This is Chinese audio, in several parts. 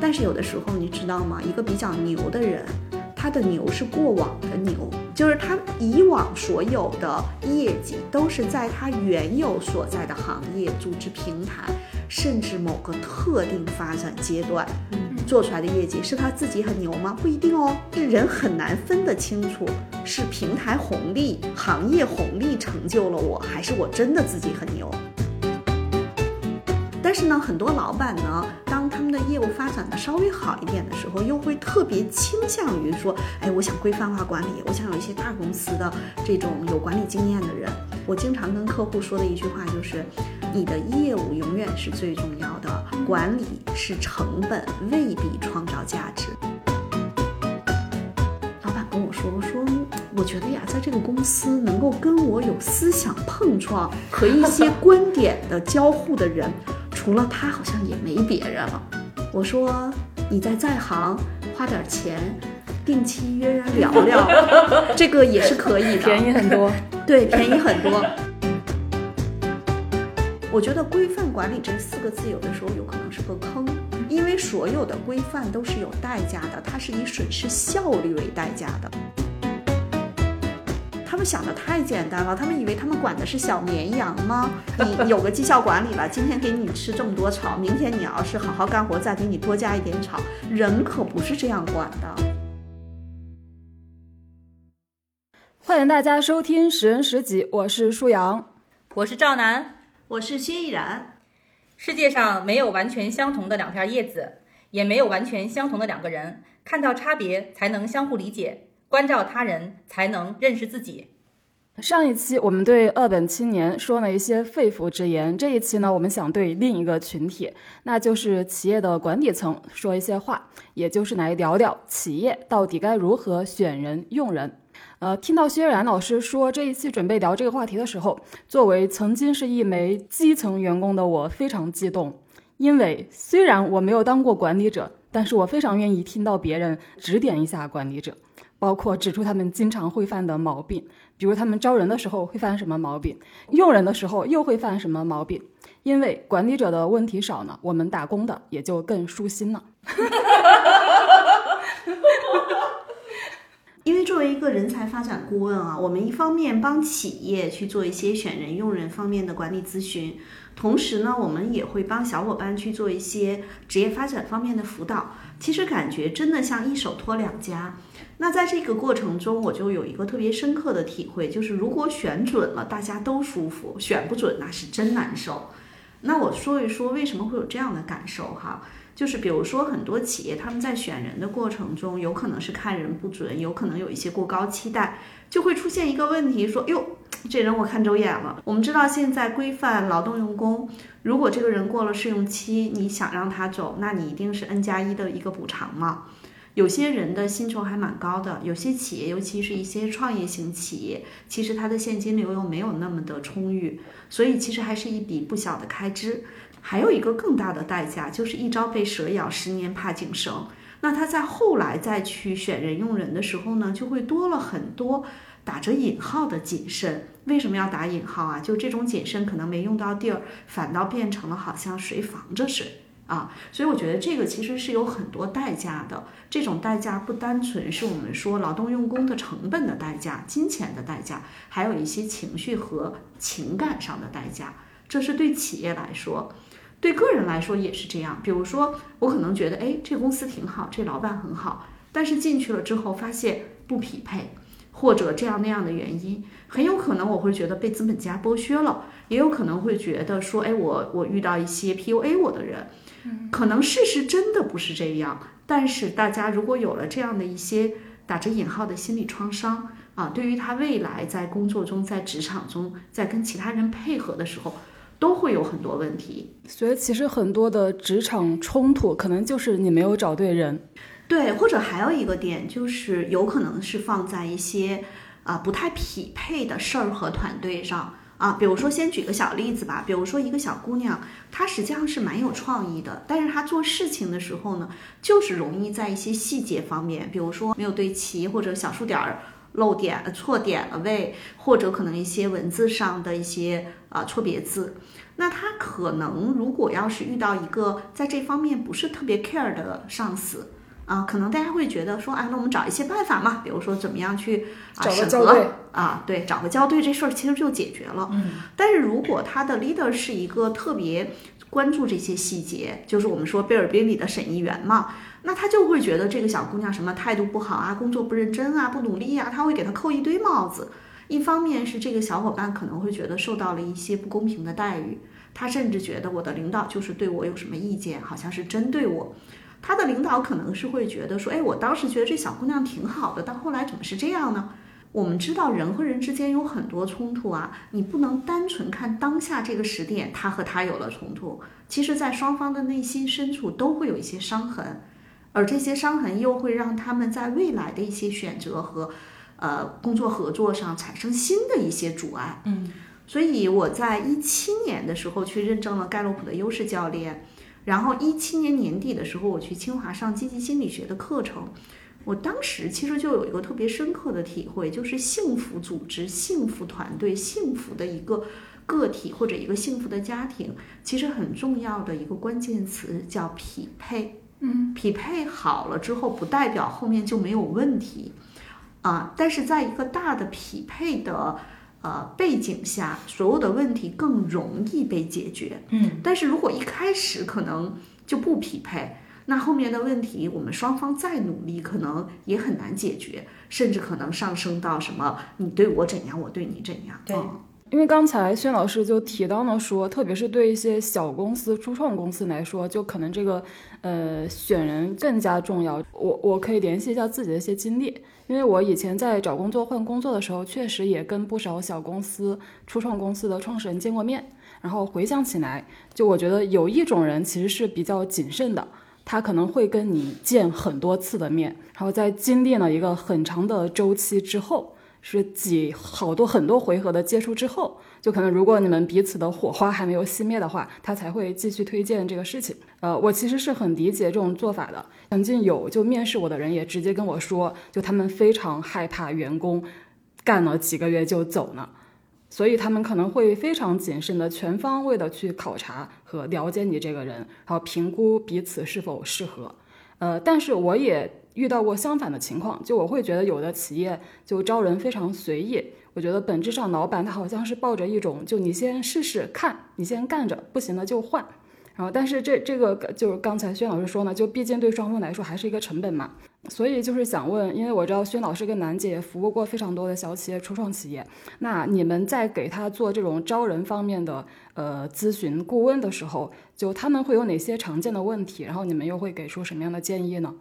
但是有的时候你知道吗？一个比较牛的人，他的牛是过往的牛，就是他以往所有的业绩都是在他原有所在的行业、组织平台，甚至某个特定发展阶段做出来的业绩，是他自己很牛吗？不一定哦，这人很难分得清楚，是平台红利、行业红利成就了我，还是我真的自己很牛？但是呢，很多老板呢，当他们的业务发展的稍微好一点的时候，又会特别倾向于说，哎，我想规范化管理，我想有一些大公司的这种有管理经验的人。我经常跟客户说的一句话就是，你的业务永远是最重要的，管理是成本，未必创造价值。老板跟我说，我说我觉得呀，在这个公司能够跟我有思想碰撞和一些观点的交互的人，除了他好像也没别人了。我说你在在行花点钱，定期约人 聊聊，这个也是可以的，便宜很多。对，便宜很多。我觉得“规范管理”这四个字有的时候有可能是个坑，因为所有的规范都是有代价的，它是以损失效率为代价的。他们想的太简单了，他们以为他们管的是小绵羊吗？你有个绩效管理了，今天给你吃这么多草，明天你要是好好干活，再给你多加一点草，人可不是这样管的。欢迎大家收听《十人十己》，我是舒阳。我是赵楠。我是薛逸然，世界上没有完全相同的两片叶子，也没有完全相同的两个人。看到差别，才能相互理解；关照他人，才能认识自己。上一期我们对二本青年说了一些肺腑之言，这一期呢，我们想对另一个群体，那就是企业的管理层说一些话，也就是来聊聊企业到底该如何选人用人。呃，听到薛然老师说这一期准备聊这个话题的时候，作为曾经是一枚基层员工的我非常激动，因为虽然我没有当过管理者，但是我非常愿意听到别人指点一下管理者，包括指出他们经常会犯的毛病，比如他们招人的时候会犯什么毛病，用人的时候又会犯什么毛病。因为管理者的问题少呢，我们打工的也就更舒心了。因为作为一个人才发展顾问啊，我们一方面帮企业去做一些选人用人方面的管理咨询，同时呢，我们也会帮小伙伴去做一些职业发展方面的辅导。其实感觉真的像一手托两家。那在这个过程中，我就有一个特别深刻的体会，就是如果选准了，大家都舒服；选不准，那是真难受。那我说一说为什么会有这样的感受哈。就是比如说，很多企业他们在选人的过程中，有可能是看人不准，有可能有一些过高期待，就会出现一个问题，说，哟，这人我看走眼了。我们知道现在规范劳动用工，如果这个人过了试用期，你想让他走，那你一定是 N 加一的一个补偿嘛。有些人的薪酬还蛮高的，有些企业，尤其是一些创业型企业，其实它的现金流又没有那么的充裕，所以其实还是一笔不小的开支。还有一个更大的代价，就是一朝被蛇咬，十年怕井绳。那他在后来再去选人用人的时候呢，就会多了很多打着引号的谨慎。为什么要打引号啊？就这种谨慎可能没用到地儿，反倒变成了好像谁防着谁啊。所以我觉得这个其实是有很多代价的。这种代价不单纯是我们说劳动用工的成本的代价、金钱的代价，还有一些情绪和情感上的代价。这是对企业来说。对个人来说也是这样。比如说，我可能觉得，哎，这公司挺好，这老板很好，但是进去了之后发现不匹配，或者这样那样的原因，很有可能我会觉得被资本家剥削了，也有可能会觉得说，哎，我我遇到一些 PUA 我的人，可能事实真的不是这样。但是大家如果有了这样的一些打着引号的心理创伤啊，对于他未来在工作中、在职场中、在跟其他人配合的时候，都会有很多问题。所以其实很多的职场冲突，可能就是你没有找对人。对，或者还有一个点就是，有可能是放在一些啊、不太匹配的事儿和团队上啊。比如说，先举个小例子吧，比如说一个小姑娘，她实际上是蛮有创意的，但是她做事情的时候呢，就是容易在一些细节方面，比如说没有对齐或者小数点儿漏点、呃错点了位，或者可能一些文字上的一些啊、呃错别字。那他可能如果要是遇到一个在这方面不是特别 care 的上司啊，可能大家会觉得说，哎，那我们找一些办法嘛，比如说怎么样去啊找个审校核对啊，对，找个校对这事儿其实就解决了。嗯，但是如果他的 leader 是一个特别关注这些细节，就是我们说贝尔宾里的审议员嘛，那他就会觉得这个小姑娘什么态度不好啊，工作不认真啊，不努力啊，他会给她扣一堆帽子。一方面是这个小伙伴可能会觉得受到了一些不公平的待遇，他甚至觉得我的领导就是对我有什么意见，好像是针对我。他的领导可能是会觉得说，哎，我当时觉得这小姑娘挺好的，但后来怎么是这样呢？我们知道人和人之间有很多冲突啊，你不能单纯看当下这个时点他和他有了冲突，其实，在双方的内心深处都会有一些伤痕，而这些伤痕又会让他们在未来的一些选择和呃工作合作上产生新的一些阻碍。嗯，所以我在一七年的时候去认证了盖洛普的优势教练，然后一七年年底的时候我去清华上积极心理学的课程。我当时其实就有一个特别深刻的体会，就是幸福组织、幸福团队、幸福的一个个体或者一个幸福的家庭，其实很重要的一个关键词叫匹配。嗯，匹配好了之后，不代表后面就没有问题啊。但是在一个大的匹配的呃背景下，所有的问题更容易被解决。嗯，但是如果一开始可能就不匹配，那后面的问题我们双方再努力，可能也很难解决，甚至可能上升到什么你对我怎样，我对你怎样。对嗯因为刚才薛老师就提到了说，特别是对一些小公司、初创公司来说，就可能这个呃选人更加重要。我我可以联系一下自己的一些经历，因为我以前在找工作、换工作的时候，确实也跟不少小公司、初创公司的创始人见过面。然后回想起来，就我觉得有一种人其实是比较谨慎的，他可能会跟你见很多次的面，然后在经历了一个很长的周期之后，是几好多很多回合的接触之后，就可能如果你们彼此的火花还没有熄灭的话，他才会继续推荐这个事情。呃，我其实是很理解这种做法的。曾经有就面试我的人也直接跟我说，就他们非常害怕员工干了几个月就走呢。所以他们可能会非常谨慎的、全方位的去考察和了解你这个人，然后评估彼此是否适合。呃，但是我也遇到过相反的情况，就我会觉得有的企业就招人非常随意。我觉得本质上，老板他好像是抱着一种就你先试试看，你先干着，不行了就换。然后，但是这这个就是刚才薛老师说呢，就毕竟对双方来说还是一个成本嘛。所以就是想问，因为我知道薛老师跟楠姐也服务过非常多的小企业、初创企业，那你们在给他做这种招人方面的呃咨询顾问的时候，就他们会有哪些常见的问题，然后你们又会给出什么样的建议呢？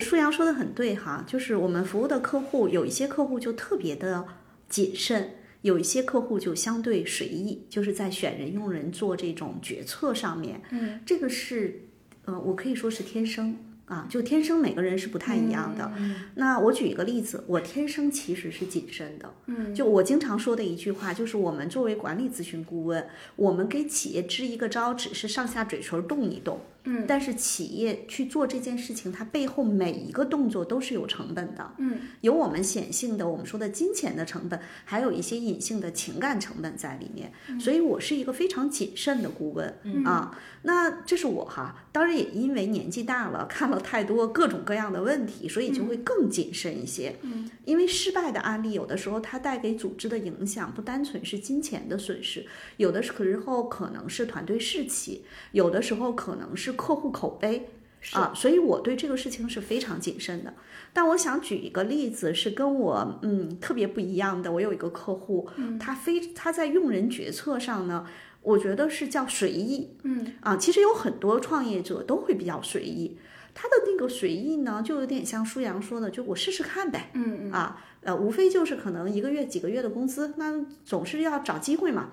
舒阳说的很对哈，就是我们服务的客户有一些客户就特别的谨慎，有一些客户就相对随意，就是在选人用人做这种决策上面，嗯，这个是呃，我可以说是天生啊，就天生每个人是不太一样的。那我举一个例子，我天生其实是谨慎的，嗯，就我经常说的一句话就是，我们作为管理咨询顾问，我们给企业支一个招，只是上下嘴唇动一动。但是企业去做这件事情，它背后每一个动作都是有成本的，嗯，有我们显性的我们说的金钱的成本，还有一些隐性的情感成本在里面。所以我是一个非常谨慎的顾问、啊。那这是我哈，当然也因为年纪大了，看了太多各种各样的问题，所以就会更谨慎一些。嗯，因为失败的案例，有的时候它带给组织的影响不单纯是金钱的损失，有的时候可能是团队士气，有的时候可能是客户口碑。啊，所以我对这个事情是非常谨慎的。但我想举一个例子，是跟我嗯特别不一样的。我有一个客户，他非他在用人决策上呢，我觉得是叫随意。嗯啊，其实有很多创业者都会比较随意。他的那个随意呢，就有点像舒阳说的，就我试试看呗。嗯啊，呃，无非就是可能一个月几个月的工资，那总是要找机会嘛。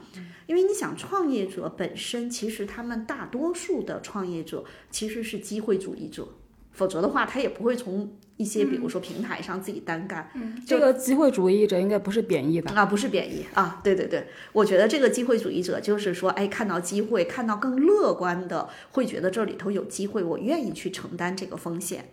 因为你想，创业者本身其实他们大多数的创业者其实是机会主义者，否则的话他也不会从一些比如说平台上自己单干。这个机会主义者应该不是贬义吧？啊，不是贬义啊，对对对，我觉得这个机会主义者就是说，哎，看到机会，看到更乐观的，会觉得这里头有机会，我愿意去承担这个风险。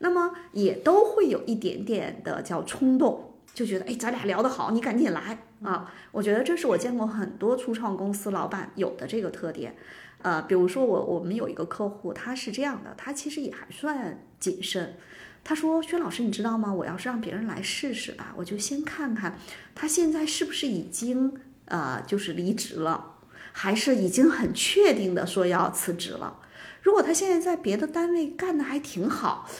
那么也都会有一点点的叫冲动，就觉得哎，咱俩聊得好，你赶紧来啊！我觉得这是我见过很多初创公司老板有的这个特点。呃，比如说我我们有一个客户，他是这样的，他其实也还算谨慎。他说：“薛老师，你知道吗？我要是让别人来试试吧，我就先看看他现在是不是已经呃就是离职了，还是已经很确定的说要辞职了。如果他现在在别的单位干的还挺好，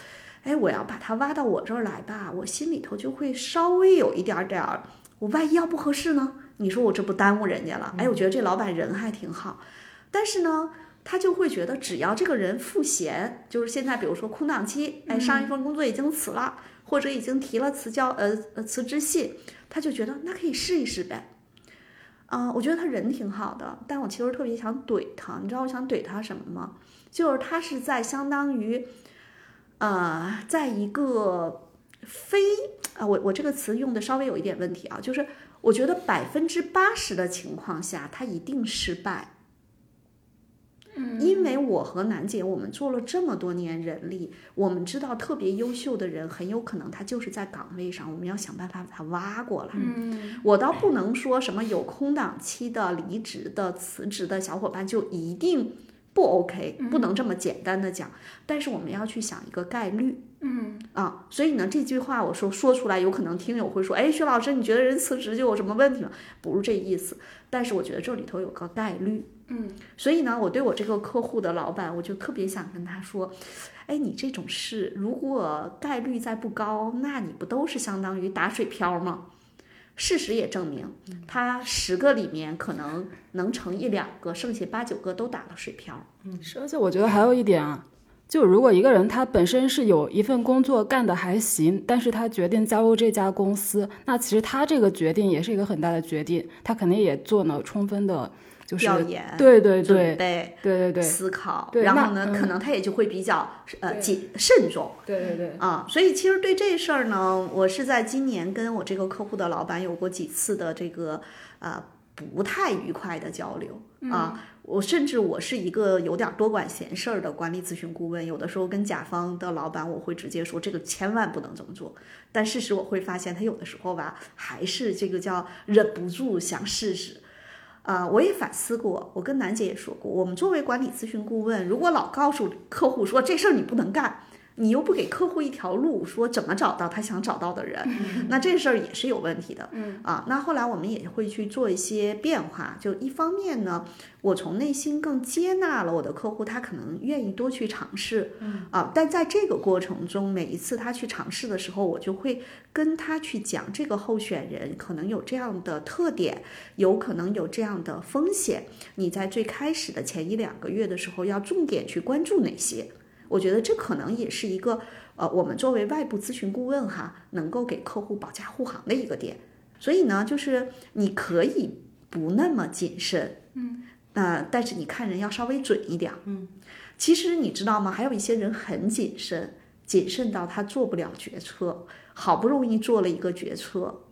哎，我要把他挖到我这儿来吧，我心里头就会稍微有一点点儿，我万一要不合适呢？你说我这不耽误人家了？哎，我觉得这老板人还挺好。”但是呢，他就会觉得只要这个人赋闲，就是现在比如说空档期，哎，上一份工作已经辞了，或者已经提了辞交呃呃辞职信，他就觉得那可以试一试呗。啊、我觉得他人挺好的，但我其实特别想怼他，你知道我想怼他什么吗？就是他是在相当于，呃，在一个非啊，我我这个词用的稍微有一点问题啊，就是我觉得百分之八十的情况下，他一定失败。因为我和楠姐，我们做了这么多年人力，我们知道特别优秀的人，很有可能他就是在岗位上，我们要想办法把他挖过来。嗯，我倒不能说什么有空档期的、离职的、辞职的小伙伴就一定不 OK，不能这么简单的讲。但是我们要去想一个概率。嗯啊，所以呢，这句话我说说出来，有可能听友会说，哎，薛老师，你觉得人辞职就有什么问题吗？不是这意思，但是我觉得这里头有个概率。所以呢，我对我这个客户的老板，我就特别想跟他说，哎，你这种事如果概率再不高，那你不都是相当于打水漂吗？事实也证明，嗯他十个里面可能能成一两个，剩下八九个都打了水漂。是，而且我觉得还有一点啊，就如果一个人他本身是有一份工作干得还行，但是他决定加入这家公司，那其实他这个决定也是一个很大的决定，他肯定也做了充分的，就是调研，对对对准备，对对对思考，对然那后呢，嗯可能他也就会比较呃对谨慎重。对对对，啊，所以其实对这事儿呢，我是在今年跟我这个客户的老板有过几次的这个呃不太愉快的交流嗯啊。我甚至我是一个有点多管闲事儿的管理咨询顾问，有的时候跟甲方的老板，我会直接说这个千万不能这么做。但事实我会发现，他有的时候吧，还是这个叫忍不住想试试。啊，我也反思过，我跟楠姐也说过，我们作为管理咨询顾问，如果老告诉客户说这事儿你不能干，你又不给客户一条路，说怎么找到他想找到的人，那这事儿也是有问题的。嗯啊，那后来我们也会去做一些变化，就一方面呢，我从内心更接纳了我的客户，他可能愿意多去尝试。嗯啊，但在这个过程中，每一次他去尝试的时候，我就会跟他去讲这个候选人可能有这样的特点，有可能有这样的风险，你在最开始的前一两个月的时候要重点去关注哪些。我觉得这可能也是一个呃，我们作为外部咨询顾问哈，能够给客户保驾护航的一个点。所以呢，就是你可以不那么谨慎，嗯，呃，但是你看人要稍微准一点，嗯。其实你知道吗？还有一些人很谨慎，谨慎到他做不了决策，好不容易做了一个决策，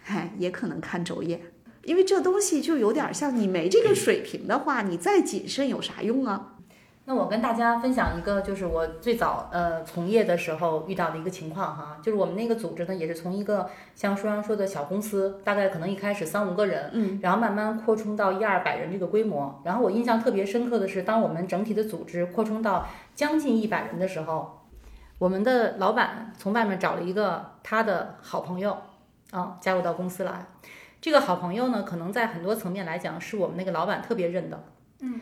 嗨，也可能看走眼。因为这东西就有点像你没这个水平的话，你再谨慎有啥用啊？那我跟大家分享一个，就是我最早呃从业的时候遇到的一个情况哈，就是我们那个组织呢，也是从一个像舒阳说的小公司，大概可能一开始三五个人，嗯，然后慢慢扩充到一二百人这个规模。然后我印象特别深刻的是，当我们整体的组织扩充到将近一百人的时候，我们的老板从外面找了一个他的好朋友啊，加入到公司来。这个好朋友呢，可能在很多层面来讲，是我们那个老板特别认的。嗯，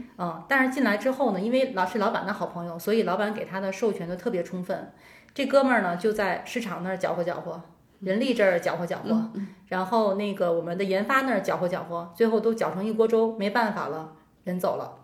但是进来之后呢，因为老是老板的好朋友，所以老板给他的授权都特别充分。这哥们儿呢，就在市场那儿搅和搅和，人力这儿搅和搅和，然后那个我们的研发那儿搅和搅和，最后都搅成一锅粥，没办法了，人走了。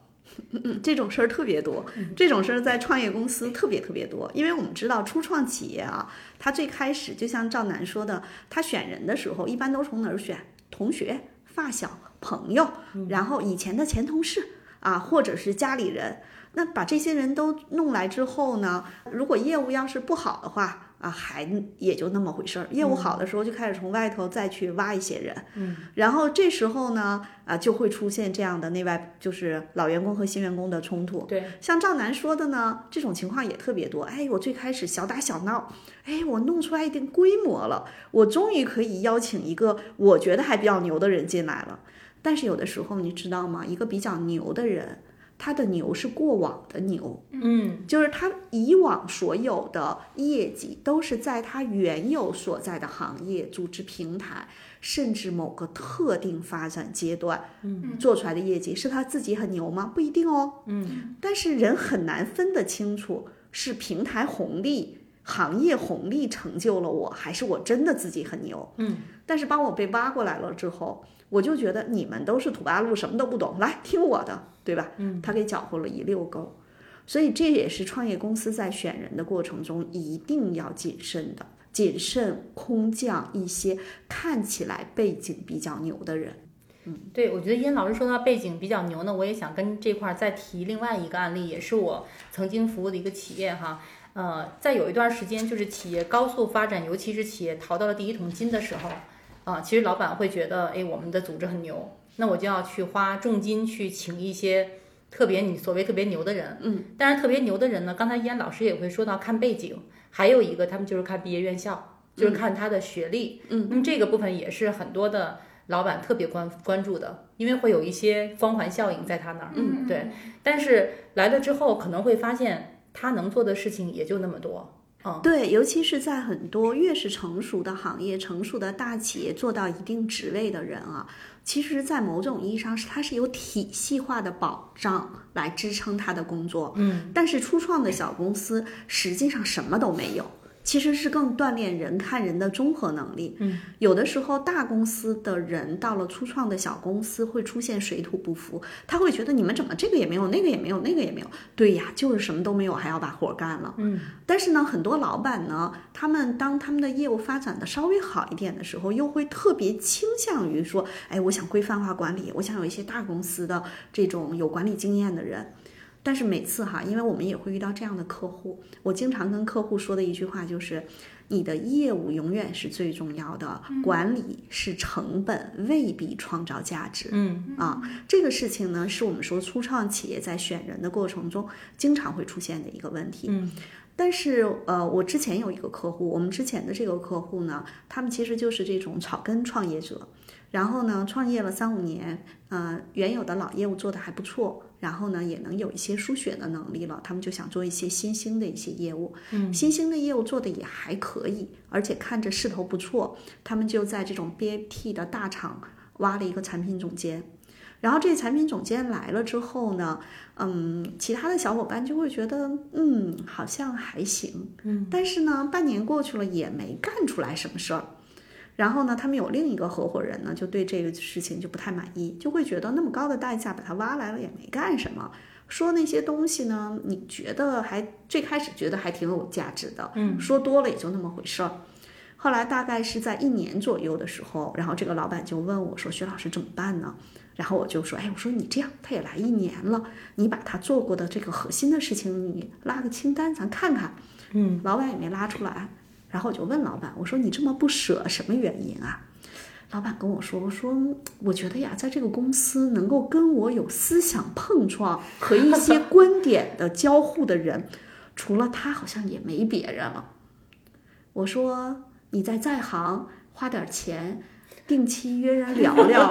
嗯，这种事儿特别多，这种事儿在创业公司特别特别多，因为我们知道初创企业啊，它最开始就像赵楠说的，他选人的时候一般都从哪儿选？同学、发小、朋友，然后以前的前同事啊，或者是家里人。那把这些人都弄来之后呢，如果业务要是不好的话，啊，还也就那么回事儿。业务好的时候，就开始从外头再去挖一些人，嗯，然后这时候呢，啊，就会出现这样的内外，就是老员工和新员工的冲突。对，像赵楠说的呢，这种情况也特别多。哎，我最开始小打小闹，哎，我弄出来一定规模了，我终于可以邀请一个我觉得还比较牛的人进来了。但是有的时候，你知道吗？一个比较牛的人，他的牛是过往的牛，嗯，就是他以往所有的业绩都是在他原有所在的行业、组织平台，甚至某个特定发展阶段，嗯，做出来的业绩是他自己很牛吗？不一定哦，嗯，但是人很难分得清楚是平台红利、行业红利成就了我，还是我真的自己很牛，嗯，但是帮我被挖过来了之后，我就觉得你们都是土八路，什么都不懂，来听我的，对吧？嗯，他给搅和了一溜沟。所以这也是创业公司在选人的过程中一定要谨慎的，谨慎空降一些看起来背景比较牛的人。对，我觉得燕老师说到背景比较牛呢，我也想跟这块儿再提另外一个案例，也是我曾经服务的一个企业哈。呃，在有一段时间，就是企业高速发展，尤其是企业淘到了第一桶金的时候，啊、其实老板会觉得，哎，我们的组织很牛，那我就要去花重金去请一些特别你所谓特别牛的人。嗯，但是特别牛的人呢，刚才燕老师也会说到看背景，还有一个他们就是看毕业院校，就是看他的学历。嗯，那么这个部分也是很多的。老板特别关关注的，因为会有一些光环效应在他那儿。嗯，对。但是来了之后，可能会发现他能做的事情也就那么多。嗯，对，尤其是在很多越是成熟的行业、成熟的大企业做到一定职位的人啊，其实，在某种意义上是它是有体系化的保障来支撑他的工作。嗯，但是初创的小公司实际上什么都没有。其实是更锻炼人看人的综合能力。嗯，有的时候大公司的人到了初创的小公司会出现水土不服，他会觉得你们怎么这个也没有，那个也没有，那个也没有。对呀，就是什么都没有，还要把活干了。嗯，但是呢，很多老板呢，他们当他们的业务发展的稍微好一点的时候，又会特别倾向于说，哎，我想规范化管理，我想有一些大公司的这种有管理经验的人。但是每次哈，因为我们也会遇到这样的客户，我经常跟客户说的一句话就是：你的业务永远是最重要的，管理是成本，未必创造价值。嗯啊，这个事情呢，是我们说初创企业在选人的过程中经常会出现的一个问题。嗯，但是呃，我之前有一个客户，我们之前的这个客户呢，他们其实就是这种草根创业者，然后呢，创业了三五年，呃，原有的老业务做得还不错。然后呢，也能有一些输血的能力了，他们就想做一些新兴的一些业务，嗯，新兴的业务做的也还可以，而且看着势头不错，他们就在这种 BAT 的大厂挖了一个产品总监，然后这产品总监来了之后呢，嗯，其他的小伙伴就会觉得，嗯，好像还行，嗯，但是呢，半年过去了也没干出来什么事儿。然后呢，他们有另一个合伙人呢，就对这个事情就不太满意，就会觉得那么高的代价把他挖来了也没干什么，说那些东西呢，你觉得还最开始觉得还挺有价值的，嗯，说多了也就那么回事儿。后来大概是在一年左右的时候，然后这个老板就问我说：“薛老师怎么办呢？”然后我就说：“哎，我说你这样，他也来一年了，你把他做过的这个核心的事情，你拉个清单，咱看看。”嗯，老板也没拉出来。然后我就问老板，我说你这么不舍，什么原因啊？老板跟我说，我说嗯我觉得呀，在这个公司能够跟我有思想碰撞和一 些观点的交互的人，除了他好像也没别人了。我说你在在行花点钱，定期约人聊 聊，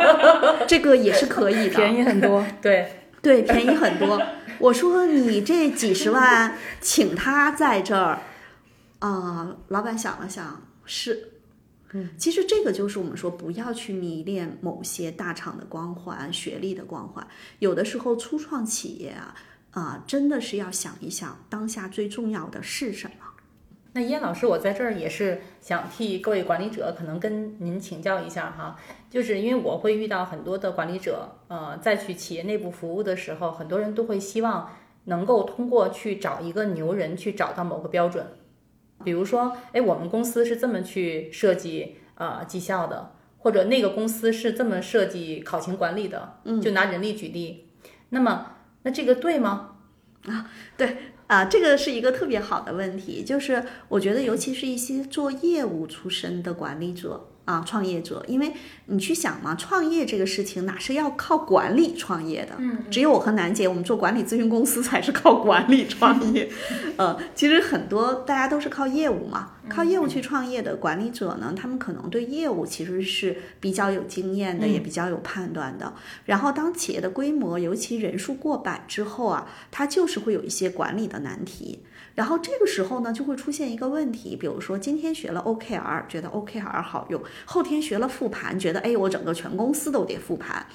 这个也是可以的。便宜很多。对，对，便宜很多。我说你这几十万，请他在这儿，啊、老板想了想，是。其实这个就是我们说不要去迷恋某些大厂的光环、学历的光环。有的时候初创企业啊，啊、真的是要想一想当下最重要的是什么。那燕老师，我在这儿也是想替各位管理者，可能跟您请教一下哈，就是因为我会遇到很多的管理者，呃，在去企业内部服务的时候，很多人都会希望能够通过去找一个牛人去找到某个标准，比如说，哎，我们公司是这么去设计呃绩效的，或者那个公司是这么设计考勤管理的，嗯，就拿人力举例，那么那这个对吗？对，啊，这个是一个特别好的问题，就是我觉得尤其是一些做业务出身的管理者。啊，创业者，因为你去想嘛，创业这个事情哪是要靠管理创业的？嗯，只有我和楠姐，我们做管理咨询公司才是靠管理创业。呃，其实很多大家都是靠业务嘛，靠业务去创业的管理者呢，他们可能对业务其实是比较有经验的，也比较有判断的。然后当企业的规模，尤其人数过百之后啊，它就是会有一些管理的难题。然后这个时候呢，就会出现一个问题，比如说今天学了 OKR，觉得 OKR 好用，后天学了复盘，觉得哎，我整个全公司都得复盘。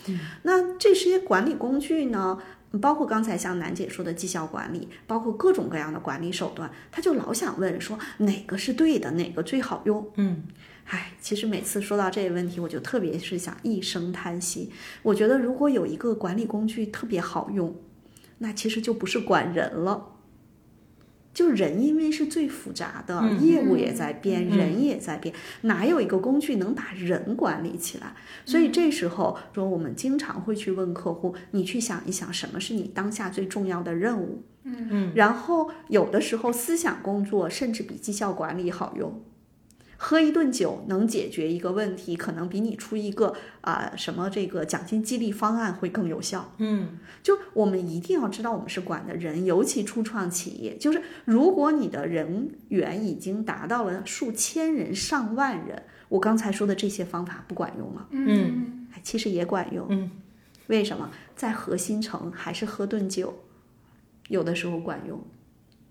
那这些管理工具呢，包括刚才像楠姐说的绩效管理，包括各种各样的管理手段，他就老想问说哪个是对的，哪个最好用。嗯，唉，其实每次说到这个问题，我就特别是想一声叹息。我觉得如果有一个管理工具特别好用，那其实就不是管人了。就人因为是最复杂的，业务也在变，人也在变，哪有一个工具能把人管理起来？所以这时候说，我们经常会去问客户，你去想一想，什么是你当下最重要的任务？嗯嗯。然后有的时候思想工作甚至比绩效管理好用。喝一顿酒能解决一个问题，可能比你出一个啊、什么这个奖金激励方案会更有效。嗯，就我们一定要知道我们是管的人，尤其初创企业，就是如果你的人员已经达到了数千人、上万人，我刚才说的这些方法不管用了，嗯哎，其实也管用。嗯，为什么？在核心城还是喝顿酒，有的时候管用。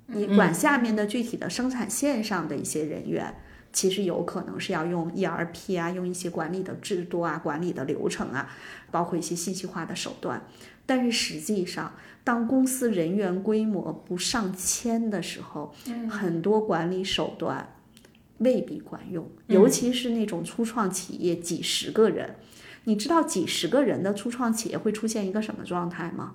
你嗯管下面的具体的生产线上的一些人员，其实有可能是要用 ERP 啊，用一些管理的制度啊、管理的流程啊，包括一些信息化的手段。但是实际上，当公司人员规模不上千的时候，很多管理手段未必管用，尤其是那种初创企业几十个人。你知道几十个人的初创企业会出现一个什么状态吗？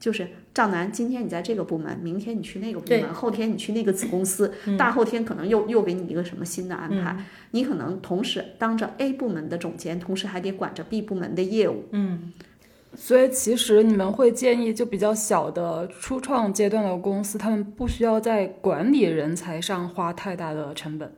就是赵楠，今天你在这个部门，明天你去那个部对门，后天你去那个子公司，大后天可能又又给你一个什么新的安排，你可能同时当着 A 部门的总监，同时还得管着 B 部门的业务。所以其实你们会建议，就比较小的初创阶段的公司，他们不需要在管理人才上花太大的成本。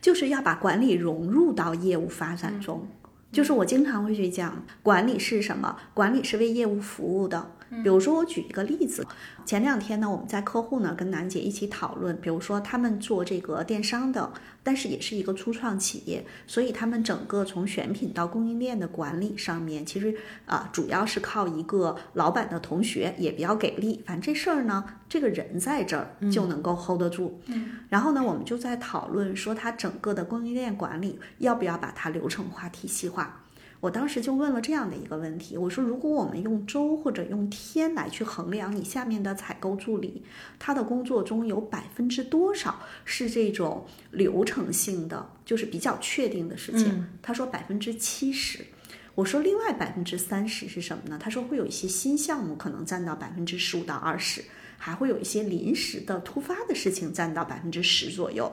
就是要把管理融入到业务发展中。就是我经常会去讲，管理是什么？管理是为业务服务的。比如说，我举一个例子，前两天呢，我们在客户呢跟楠姐一起讨论，比如说他们做这个电商的，但是也是一个初创企业，所以他们整个从选品到供应链的管理上面，其实啊、主要是靠一个老板的同学也比较给力，反正这事儿呢，这个人在这儿就能够 hold 得住。然后呢，我们就在讨论说它整个的供应链管理要不要把它流程化、体系化。我当时就问了这样的一个问题，我说如果我们用周或者用天来去衡量你下面的采购助理，他的工作中有百分之多少是这种流程性的，就是比较确定的事情？他说百分之七十。我说另外百分之三十是什么呢？他说会有一些新项目可能占到百分之十五到二十，还会有一些临时的突发的事情占到百分之十左右。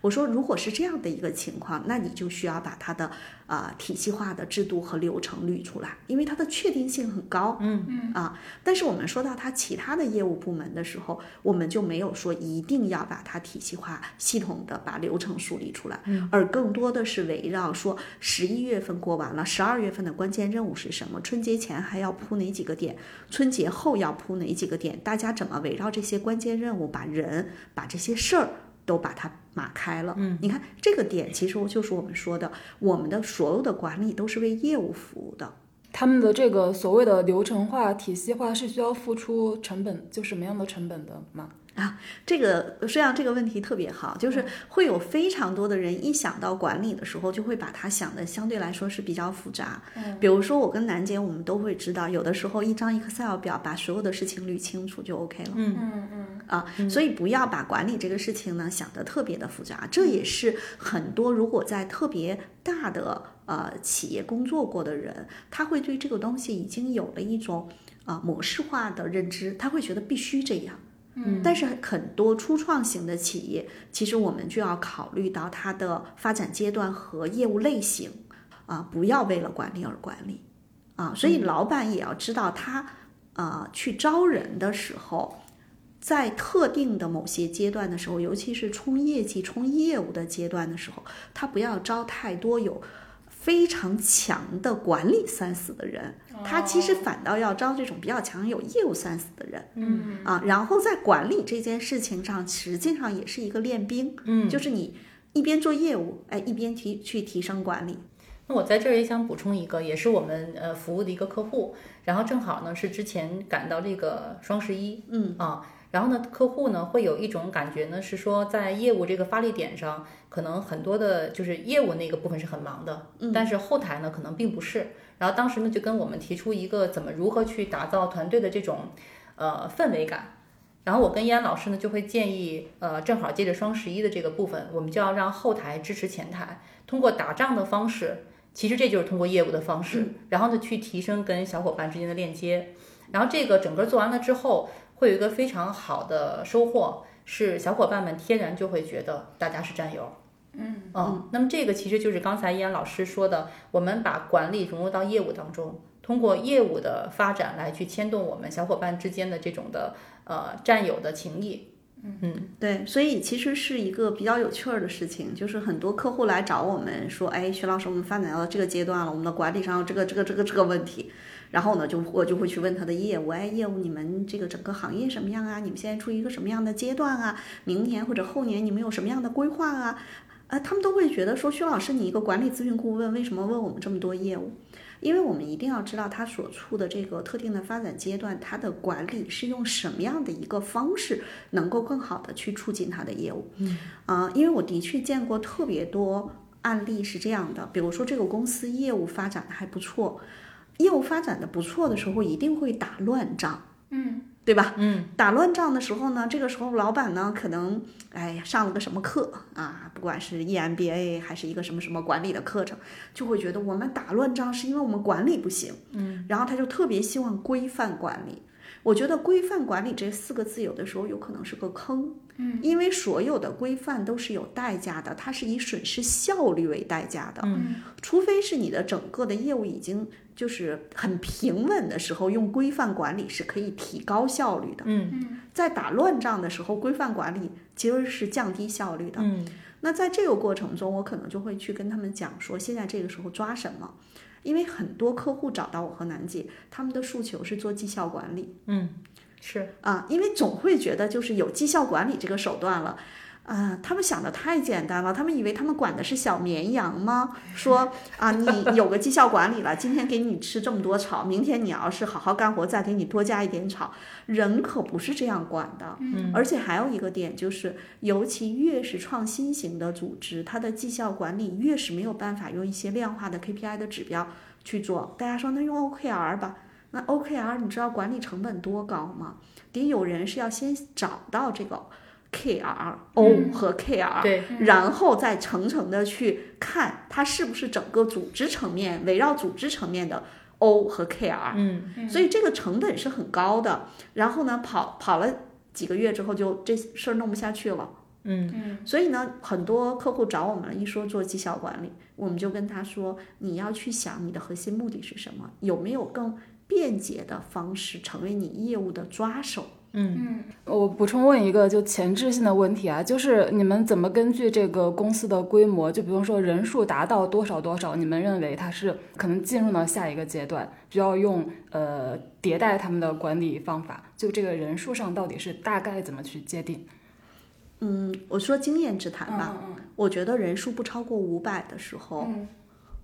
我说，如果是这样的一个情况，那你就需要把它的呃体系化的制度和流程捋出来，因为它的确定性很高。嗯嗯啊，但是我们说到它其他的业务部门的时候，我们就没有说一定要把它体系化、系统的把流程梳理出来，而更多的是围绕说十一月份过完了，十二月份的关键任务是什么？春节前还要铺哪几个点？春节后要铺哪几个点？大家怎么围绕这些关键任务，把人、把这些事儿都把它码开了？嗯，你看这个点，其实就是我们说的，我们的所有的管理都是为业务服务的。他们的这个所谓的流程化、体系化是需要付出成本，就什么样的成本的吗？啊这个实际上这个问题特别好，就是会有非常多的人一想到管理的时候，就会把它想的相对来说是比较复杂。比如说我跟楠姐，我们都会知道，有的时候一张 Excel 表把所有的事情捋清楚就 OK 了。嗯嗯嗯啊，所以不要把管理这个事情呢想得特别的复杂，这也是很多如果在特别大的呃企业工作过的人，他会对这个东西已经有了一种啊、呃模式化的认知，他会觉得必须这样。但是很多初创型的企业，其实我们就要考虑到它的发展阶段和业务类型，啊，不要为了管理而管理，啊，所以老板也要知道他，啊，去招人的时候，在特定的某些阶段的时候，尤其是冲业绩、冲业务的阶段的时候，他不要招太多有非常强的管理 sense 的人，他其实反倒要招这种比较强有业务 sense 的人。嗯啊，然后在管理这件事情上，实际上也是一个练兵，嗯，就是你一边做业务，哎，一边提去提升管理。那我在这儿也想补充一个，也是我们呃服务的一个客户，然后正好呢是之前赶到这个双十一，嗯啊，然后呢客户呢会有一种感觉呢是说在业务这个发力点上，可能很多的就是业务那个部分是很忙的，嗯但是后台呢可能并不是。然后当时呢就跟我们提出一个怎么如何去打造团队的这种呃氛围感。然后我跟燕老师呢就会建议，呃，正好借着双十一的这个部分，我们就要让后台支持前台，通过打仗的方式其实这就是通过业务的方式，然后呢去提升跟小伙伴之间的链接。然后这个整个做完了之后，会有一个非常好的收获，是小伙伴们天然就会觉得大家是战友。嗯那么这个其实就是刚才依安老师说的，我们把管理融入到业务当中，通过业务的发展来去牵动我们小伙伴之间的这种的呃战友的情谊。对，所以其实是一个比较有趣儿的事情，就是很多客户来找我们说，哎，徐老师，我们发展到这个阶段了，我们的管理上有这个这个这个这个问题，然后呢，就我就会去问他的业务，哎，业务你们这个整个行业什么样啊？你们现在处于一个什么样的阶段啊？明年或者后年你们有什么样的规划啊？呃，他们都会觉得说，徐老师，你一个管理咨询顾问，为什么问我们这么多业务？因为我们一定要知道他所处的这个特定的发展阶段，他的管理是用什么样的一个方式能够更好的去促进他的业务。嗯，啊、因为我的确见过特别多案例是这样的，比如说这个公司业务发展的还不错，业务发展的不错的时候，一定会打乱仗。嗯。对吧？嗯，打乱仗的时候呢，这个时候老板呢，可能哎呀上了个什么课啊，不管是 EMBA 还是一个什么什么管理的课程，就会觉得我们打乱仗是因为我们管理不行，嗯，然后他就特别希望规范管理，我觉得“规范管理”这四个字有的时候有可能是个坑，嗯，因为所有的规范都是有代价的，它是以损失效率为代价的，嗯，除非是你的整个的业务已经就是很平稳的时候，用规范管理是可以提高效率的，嗯在打乱仗的时候，规范管理其实是降低效率的。嗯那在这个过程中，我可能就会去跟他们讲说，现在这个时候抓什么。因为很多客户找到我和楠姐，他们的诉求是做绩效管理，嗯，是啊，因为总会觉得就是有绩效管理这个手段了。啊，他们想的太简单了，他们以为他们管的是小绵羊吗？说啊，你有个绩效管理了，今天给你吃这么多草，明天你要是好好干活，再给你多加一点草。人可不是这样管的，嗯，而且还有一个点就是，尤其越是创新型的组织，它的绩效管理越是没有办法用一些量化的 KPI 的指标去做。大家说那用 OKR 吧，那 OKR 你知道管理成本多高吗？得有人是要先找到这个 KR O 和 KR，、嗯对，然后再层层的去看它是不是整个组织层面围绕组织层面的 O 和 KR，、嗯所以这个成本是很高的。然后呢，跑跑了几个月之后就，这事儿弄不下去了。嗯所以呢，很多客户找我们一说做绩效管理，我们就跟他说，你要去想你的核心目的是什么，有没有更便捷的方式成为你业务的抓手。我补充问一个就前置性的问题啊，就是你们怎么根据这个公司的规模，就比如说人数达到多少多少，你们认为它是可能进入到下一个阶段，就要用呃迭代他们的管理方法，就这个人数上到底是大概怎么去界定？嗯，我说经验之谈吧，我觉得人数不超过五百的时候，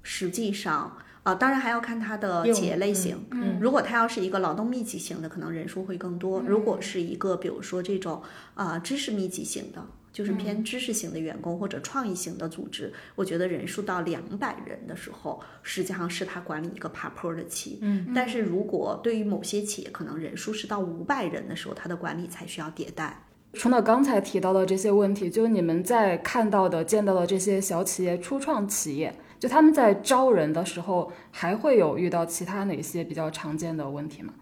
实际上啊、当然还要看它的业务企业类嗯型。如果它要是一个劳动密集型的，可能人数会更多；如果是一个比如说这种啊、知识密集型的，就是偏知识型的员工或者创意型的组织，我觉得人数到两百人的时候，实际上是它管理一个爬坡的期。嗯，但是如果对于某些企业，可能人数是到五百人的时候，它的管理才需要迭代。除了刚才提到的这些问题，就是你们在看到的、见到的这些小企业、初创企业，就他们在招人的时候，还会有遇到其他哪些比较常见的问题吗？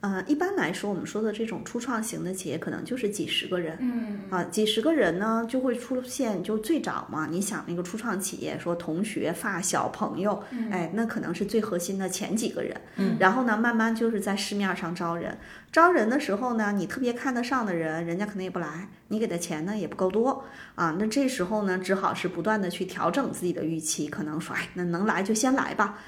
呃，一般来说，我们说的这种初创型的企业，可能就是几十个人，嗯，啊，几十个人呢，就会出现，就最早嘛，你想那个初创企业，说同学、发小、朋友，哎，那可能是最核心的前几个人，嗯，然后呢，慢慢就是在市面上招人，招人的时候呢，你特别看得上的人，人家可能也不来，你给的钱呢也不够多，啊，那这时候呢，只好是不断的去调整自己的预期，可能说，哎，那能来就先来吧。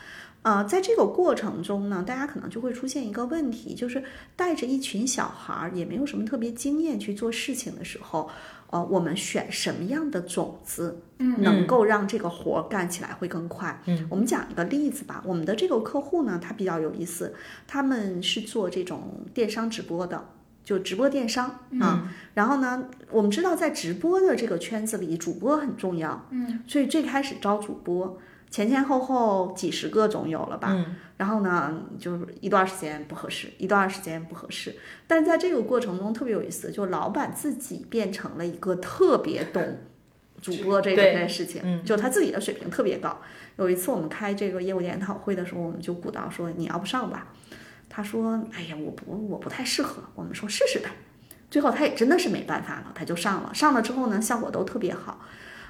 呃，在这个过程中呢，大家可能就会出现一个问题，就是带着一群小孩儿，也没有什么特别经验去做事情的时候，呃，我们选什么样的种子，能够让这个活儿干起来会更快？嗯，我们讲一个例子吧。我们的这个客户呢，他比较有意思，他们是做这种电商直播的。就直播电商啊，然后呢，我们知道在直播的这个圈子里，主播很重要，嗯，所以最开始招主播，前前后后几十个总有了吧，然后呢，就是一段时间不合适，一段时间不合适，但是在这个过程中特别有意思，就老板自己变成了一个特别懂主播这个对这件事情，就他自己的水平特别高。有一次我们开这个业务研讨会的时候，我们就鼓捣说你要不上吧，他说哎呀我不我不太适合，我们说试试呗。最后他也真的是没办法了，他就上了。上了之后呢，效果都特别好，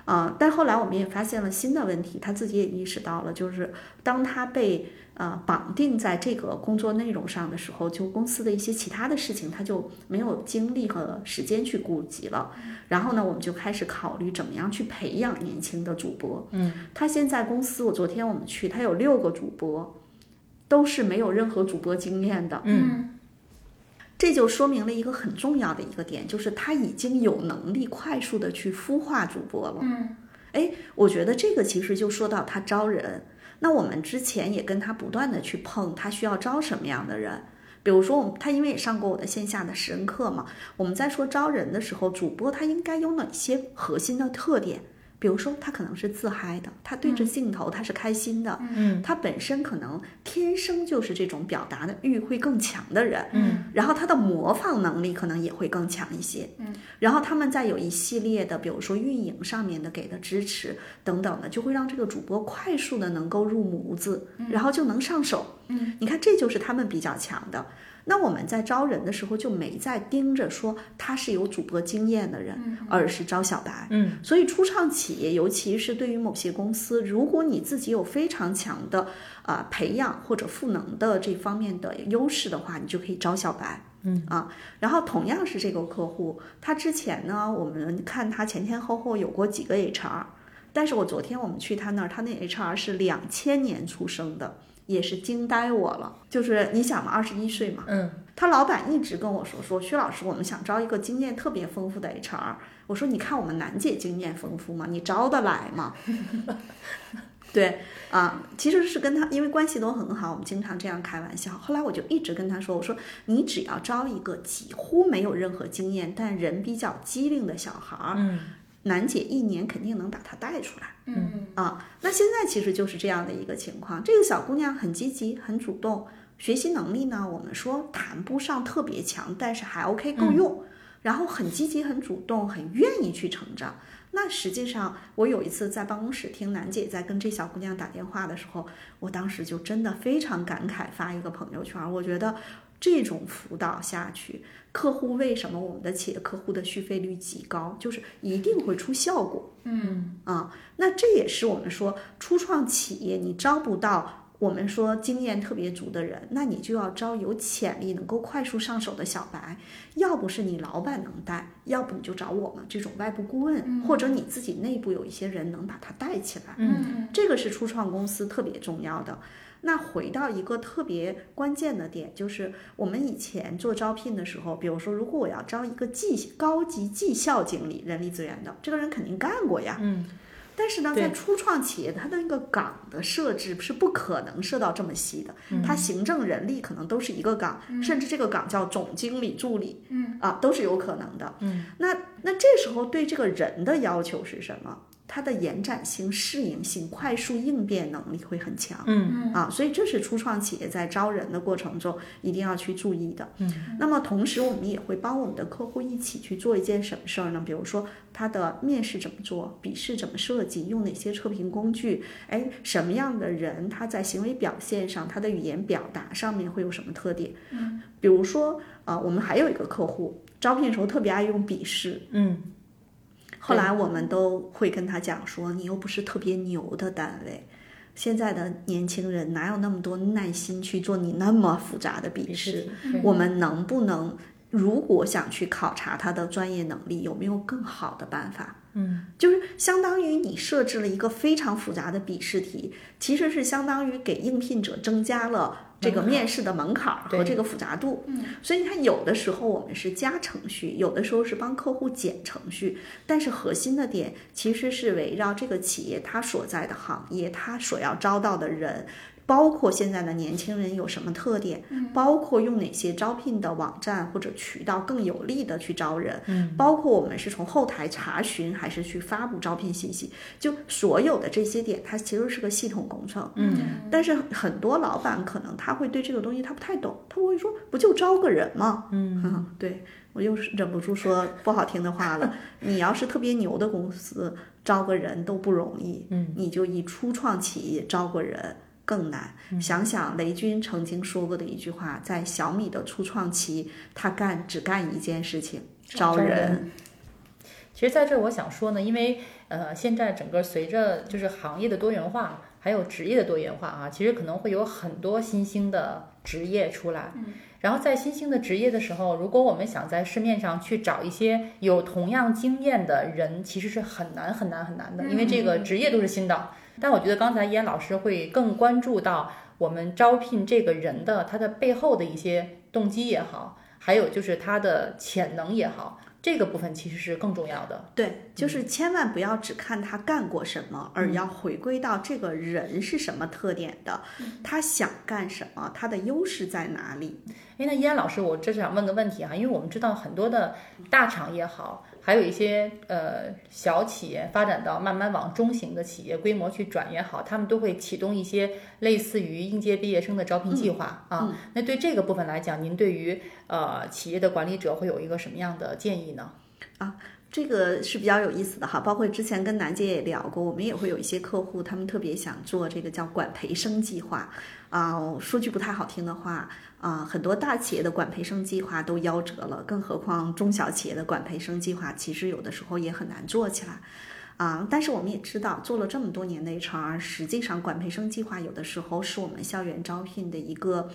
啊、但后来我们也发现了新的问题，他自己也意识到了，就是当他被呃绑定在这个工作内容上的时候，就公司的一些其他的事情，他就没有精力和时间去顾及了。然后呢，我们就开始考虑怎么样去培养年轻的主播。嗯，他现在公司，我昨天我们去，他有六个主播，都是没有任何主播经验的。嗯，这就说明了一个很重要的一个点，就是他已经有能力快速的去孵化主播了。嗯，哎，我觉得这个其实就说到他招人。那我们之前也跟他不断的去碰，他需要招什么样的人？比如说，我们他因为也上过我的线下的十人课嘛，我们在说招人的时候，主播他应该有哪些核心的特点？比如说，他可能是自嗨的，他对着镜头他是开心的，嗯，他本身可能天生就是这种表达的欲会更强的人，嗯，然后他的模仿能力可能也会更强一些，嗯，然后他们再有一系列的，比如说运营上面的给的支持等等的，就会让这个主播快速的能够入模子，然后就能上手，嗯，你看这就是他们比较强的。那我们在招人的时候就没在盯着说他是有主播经验的人，而是招小白，嗯，所以初创企业，尤其是对于某些公司，如果你自己有非常强的啊、培养或者赋能的这方面的优势的话，你就可以招小白。嗯啊，然后同样是这个客户，他之前呢，我们看他前前后后有过几个 HR，但是我昨天我们去他那儿，他那 HR 是两千年出生的，也是惊呆我了。就是你想嘛，二十一岁嘛，嗯，他老板一直跟我说说，薛老师，我们想招一个经验特别丰富的 HR。我说，你看我们楠姐经验丰富吗？你招得来吗？ 对啊，其实是跟他，因为关系都很好，我们经常这样开玩笑。后来我就一直跟他说，我说你只要招一个几乎没有任何经验，但人比较机灵的小孩儿，嗯，楠姐一年肯定能把他带出来。嗯啊，那现在其实就是这样的一个情况。这个小姑娘很积极，很主动，学习能力呢，我们说谈不上特别强，但是还 OK 够用。然后很积极、很主动、很愿意去成长。那实际上，我有一次在办公室听楠姐在跟这小姑娘打电话的时候，我当时就真的非常感慨，发一个朋友圈儿，我觉得。这种辅导下去，客户为什么我们的企业客户的续费率极高？就是一定会出效果。啊，那这也是我们说初创企业，你招不到我们说经验特别足的人，那你就要招有潜力、能够快速上手的小白。要不是你老板能带，要不你就找我们这种外部顾问，或者你自己内部有一些人能把他带起来。嗯这个是初创公司特别重要的。那回到一个特别关键的点，就是我们以前做招聘的时候，比如说，如果我要招一个绩高级绩效经理、人力资源的，这个人肯定干过呀。嗯。但是呢，对在初创企业，它的那个岗的设置是不可能设到这么细的。嗯它行政人力可能都是一个岗，甚至这个岗叫总经理、助理，嗯啊，都是有可能的。嗯。那那这时候对这个人的要求是什么？它的延展性、适应性、快速应变能力会很强。嗯啊，所以这是初创企业在招人的过程中一定要去注意的。嗯，那么同时我们也会帮我们的客户一起去做一件什么事儿呢？比如说他的面试怎么做，笔试怎么设计，用哪些测评工具，哎，什么样的人他在行为表现上、他的语言表达上面会有什么特点？嗯，比如说啊、我们还有一个客户招聘的时候特别爱用笔试，嗯后来我们都会跟他讲说，你又不是特别牛的单位，现在的年轻人哪有那么多耐心去做你那么复杂的笔试？对我们能不能，如果想去考察他的专业能力，有没有更好的办法？嗯，就是相当于你设置了一个非常复杂的笔试题，其实是相当于给应聘者增加了这个门槛面试的门槛儿和对这个复杂度。嗯，所以它有的时候我们是加程序，有的时候是帮客户减程序，但是核心的点其实是围绕这个企业它所在的行业，它所要招到的人。包括现在的年轻人有什么特点，包括用哪些招聘的网站或者渠道更有力的去招人，包括我们是从后台查询还是去发布招聘信息，就所有的这些点，它其实是个系统工程。嗯但是很多老板可能他会对这个东西他不太懂，他会说不就招个人吗？嗯，对我又是忍不住说不好听的话 了。你要是特别牛的公司招个人都不容易，嗯，你就以初创企业招个人更难。想想雷军曾经说过的一句话，在小米的初创期，他干只干一件事情，招招人。其实在这儿我想说呢，因为呃，现在整个随着就是行业的多元化，还有职业的多元化啊，其实可能会有很多新兴的职业出来。然后在新兴的职业的时候，如果我们想在市面上去找一些有同样经验的人，其实是很难很难很难的，因为这个职业都是新的。但我觉得刚才燕老师会更关注到我们招聘这个人的他的背后的一些动机也好，还有就是他的潜能也好，这个部分其实是更重要的。对，就是千万不要只看他干过什么，而要回归到这个人是什么特点的，他想干什么，他的优势在哪里。哎，那燕老师，我这是想问个问题啊哈、因为我们知道很多的大厂也好，还有一些呃小企业发展到慢慢往中型的企业规模去转也好，他们都会启动一些类似于应届毕业生的招聘计划、啊。那对这个部分来讲，您对于呃企业的管理者会有一个什么样的建议呢？这个是比较有意思的哈，包括之前跟楠姐也聊过，我们也会有一些客户，他们特别想做这个叫管培生计划啊、说句不太好听的话啊、很多大企业的管培生计划都夭折了，更何况中小企业的管培生计划，其实有的时候也很难做起来。啊，但是我们也知道，做了这么多年的 HR，实际上管培生计划有的时候是我们校园招聘的一个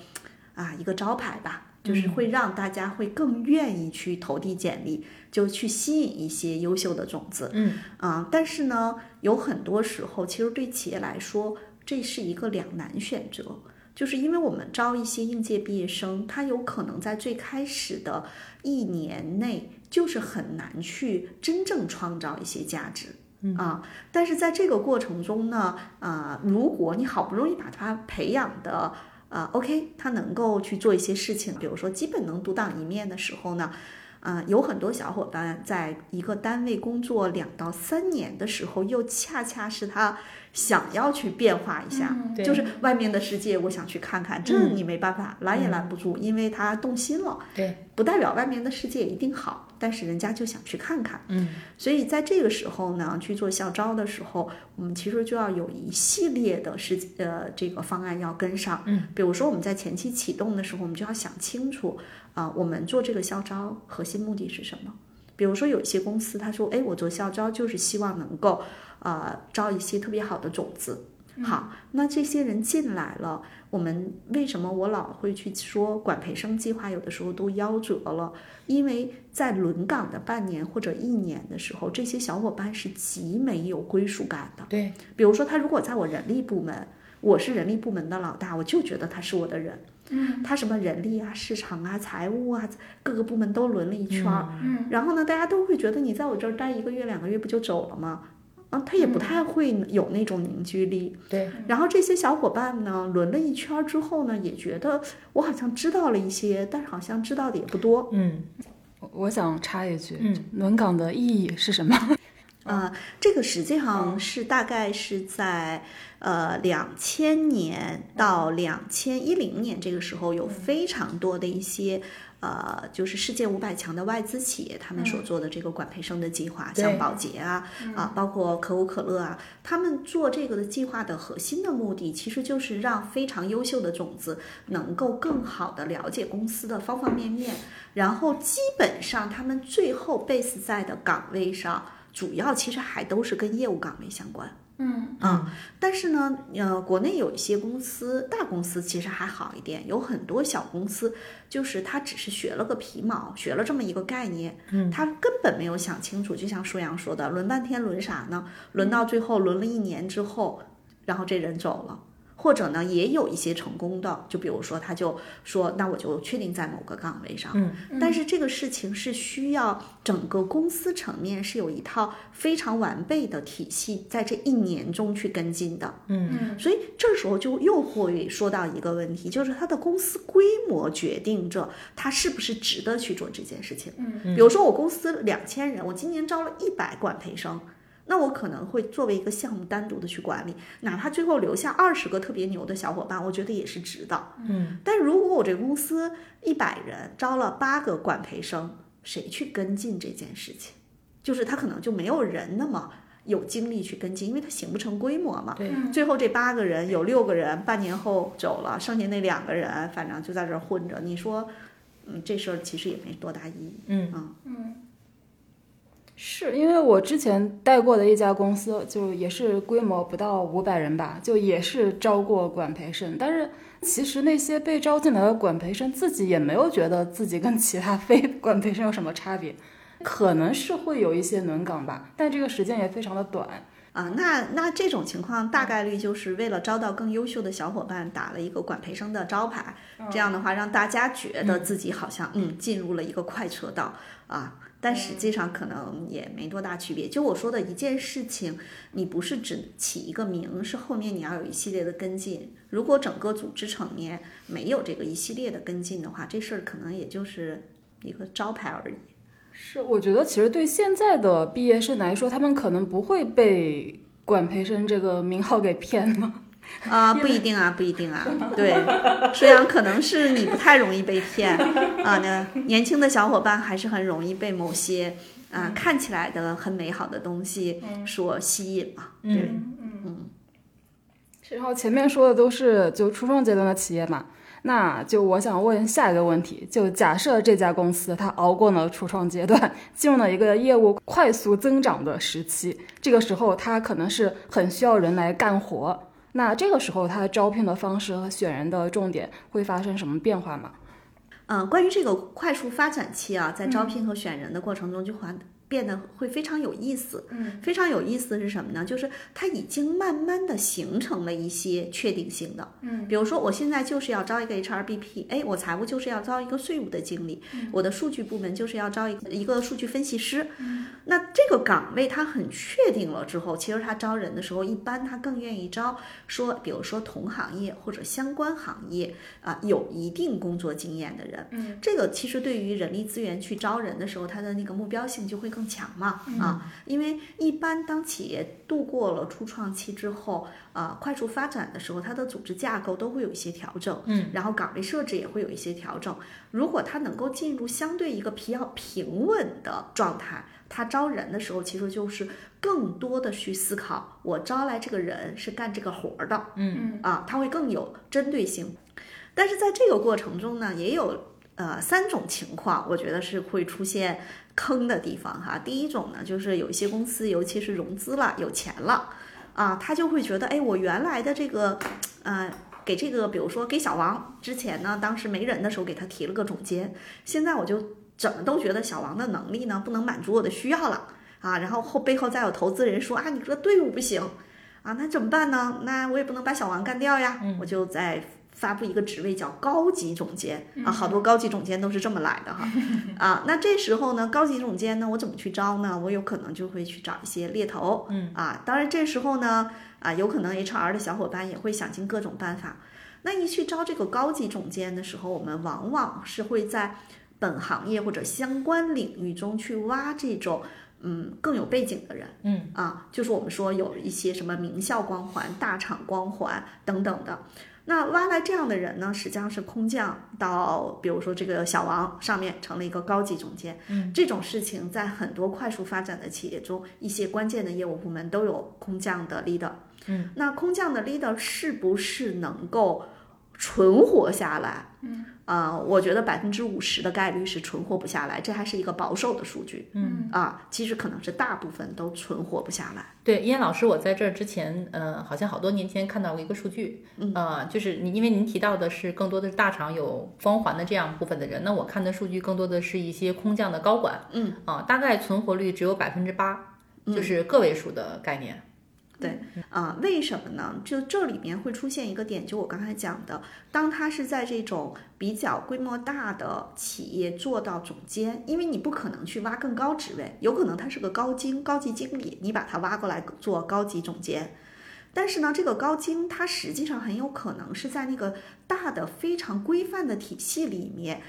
啊一个招牌吧，就是会让大家会更愿意去投递简历，就去吸引一些优秀的种子。嗯啊，但是呢，有很多时候其实对企业来说，这是一个两难选择。就是因为我们招一些应届毕业生，他有可能在最开始的一年内，就是很难去真正创造一些价值。嗯啊，但是在这个过程中呢，啊、如果你好不容易把他培养的，啊 o k 他能够去做一些事情，比如说基本能独当一面的时候呢，啊、有很多小伙伴在一个单位工作两到三年的时候，又恰恰是他想要去变化一下，嗯对嗯就是外面的世界，我想去看看，这你没办法，拦也拦不住，因为他动心了。对，不代表外面的世界一定好，但是人家就想去看看。嗯，所以在这个时候呢，去做校招的时候，我们其实就要有一系列的事呃这个方案要跟上。嗯，比如说我们在前期启动的时候，我们就要想清楚啊、我们做这个校招核心目的是什么。比如说，有一些公司他说，哎，我做校招就是希望能够，呃，招一些特别好的种子。好，那这些人进来了，我们为什么我老会去说管培生计划有的时候都夭折了？因为在轮岗的半年或者一年的时候，这些小伙伴是极没有归属嗯感的。对，比如说他如果在我人力部门，我是人力部门的老大，我就觉得他是我的人。嗯，他什么人力啊、市场啊、财务啊，各个部门都轮了一圈儿。嗯，然后呢，大家都会觉得你在我这儿待一个月、两个月不就走了吗？啊，他也不太会有那种凝聚力。对，然后这些小伙伴呢，轮了一圈儿之后呢，也觉得我好像知道了一些，但是好像知道的也不多。嗯，我想插一句，嗯，轮岗的意义是什么？呃，这个实际上是大概是在呃两千年到两千一零年这个时候，有非常多的一些呃，就是世界五百强的外资企业他们所做的这个管培生的计划，对像宝洁啊啊，包括可口可乐啊，他们做这个的计划的核心的目的，其实就是让非常优秀的种子能够更好的了解公司的方方面面，然后基本上他们最后 base 在的岗位上。主要其实还都是跟业务岗位相关。嗯但是呢，呃，国内有一些公司，大公司其实还好一点，有很多小公司，就是他只是学了个皮毛，学了这么一个概念，嗯，他根本没有想清楚。就像舒阳说的，轮半天轮啥呢？轮到最后，轮了一年之后，然后这人走了。或者呢，也有一些成功的，就比如说，他就说，那我就确定在某个岗位上，嗯但是这个事情是需要整个公司层面是有一套非常完备的体系，在这一年中去跟进的。嗯所以这时候就又会说到一个问题，就是它的公司规模决定着它是不是值得去做这件事情。嗯比如说我公司两千人，我今年招了一百管培生。那我可能会作为一个项目单独的去管理，哪怕最后留下二十个特别牛的小伙伴，我觉得也是值的。嗯，但如果我这个公司一百人招了八个管培生，谁去跟进这件事情？就是他可能就没有人那么有精力去跟进，因为他形不成规模嘛。对嗯最后这八个人有六个人半年后走了，剩下那两个人反正就在这儿混着。你说，嗯，这事儿其实也没多大意义。嗯是因为我之前带过的一家公司，就也是规模不到五百人吧，就也是招过管培生，但是其实那些被招进来的管培生自己也没有觉得自己跟其他非管培生有什么差别，可能是会有一些轮岗吧，但这个时间也非常的短。啊，那那这种情况大概率就是为了招到更优秀的小伙伴，打了一个管培生的招牌，这样的话让大家觉得自己好像嗯进入了一个快车道啊，但实际上可能也没多大区别。就我说的一件事情，你不是只起一个名，是后面你要有一系列的跟进。如果整个组织层面没有这个一系列的跟进的话，这事儿可能也就是一个招牌而已。是，我觉得其实对现在的毕业生来说，他们可能不会被管培生这个名号给骗了。啊，不一定啊，不一定啊，对，虽然可能是你不太容易被骗啊，那年轻的小伙伴还是很容易被某些啊看起来的很美好的东西所吸引嘛，对，嗯然后前面说的都是就初创阶段的企业嘛，那就我想问下一个问题，就假设这家公司它熬过了初创阶段，进入了一个业务快速增长的时期，这个时候它可能是很需要人来干活，那这个时候它招聘的方式和选人的重点会发生什么变化吗？嗯，关于这个快速发展期啊，在招嗯聘和选人的过程中就还变得会非常有意思。嗯，非常有意思是什么呢？就是它已经慢慢的形成了一些确定性的。嗯，比如说我现在就是要招一个 HRBP，哎，我财务就是要招一个税务的经理，嗯我的数据部门就是要招一个一个数据分析师。那这个岗位它很确定了之后，其实他招人的时候，一般他更愿意招说，比如说同行业或者相关行业啊、有一定工作经验的人。这个其实对于人力资源去招人的时候，它的那个目标性就会更强嘛，啊，因为一般当企业度过了初创期之后，啊，快速发展的时候，它的组织架构都会有一些调整，嗯，然后岗位设置也会有一些调整。如果它能够进入相对一个比较平稳的状态，它招人的时候其实就是更多的去思考，我招来这个人是干这个活儿的，嗯啊，它会更有针对性。但是在这个过程中呢，也有呃三种情况，我觉得是会出现坑的地方哈。第一种呢，就是有一些公司，尤其是融资了、有钱了啊，他就会觉得，哎，我原来的这个，呃。给这个，比如说给小王之前呢，当时没人的时候给他提了个总监，现在我就怎么都觉得小王的能力呢不能满足我的需要了啊，然后后背后再有投资人说啊，你这个队伍不行，啊，那怎么办呢？那我也不能把小王干掉呀，我就再发布一个职位叫高级总监啊，好多高级总监都是这么来的哈。啊，那这时候呢，高级总监呢，我怎么去招呢？我有可能就会去找一些猎头，嗯啊，当然这时候呢，啊，有可能 HR 的小伙伴也会想尽各种办法。那一去招这个高级总监的时候，我们往往是会在本行业或者相关领域中去挖这种嗯更有背景的人，嗯啊，就是我们说有一些什么名校光环、大厂光环等等的。那挖来这样的人呢，实际上是空降到，比如说这个小王上面成了一个高级总监，嗯，这种事情在很多快速发展的企业中，一些关键的业务部门都有空降的 leader，嗯，那空降的 leader 是不是能够存活下来？嗯，啊，我觉得百分之五十的概率是存活不下来，这还是一个保守的数据，嗯，啊，其实可能是大部分都存活不下来，对，燕老师，我在这儿之前，呃，好像好多年前看到过一个数据，嗯呃，就是你因为您提到的是更多的是大厂有光环的这样部分的人，那我看的数据更多的是一些空降的高管，嗯，啊、大概存活率只有百分之八，嗯就是个位数的概念，对，啊、为什么呢？就这里面会出现一个点，就我刚才讲的，当他是在这种比较规模大的企业做到总监，因为你不可能去挖更高职位，有可能他是个高经高级经理，你把他挖过来做高级总监。但是呢，这个高精他实际上很有可能是在那个大的非常规范的体系里面，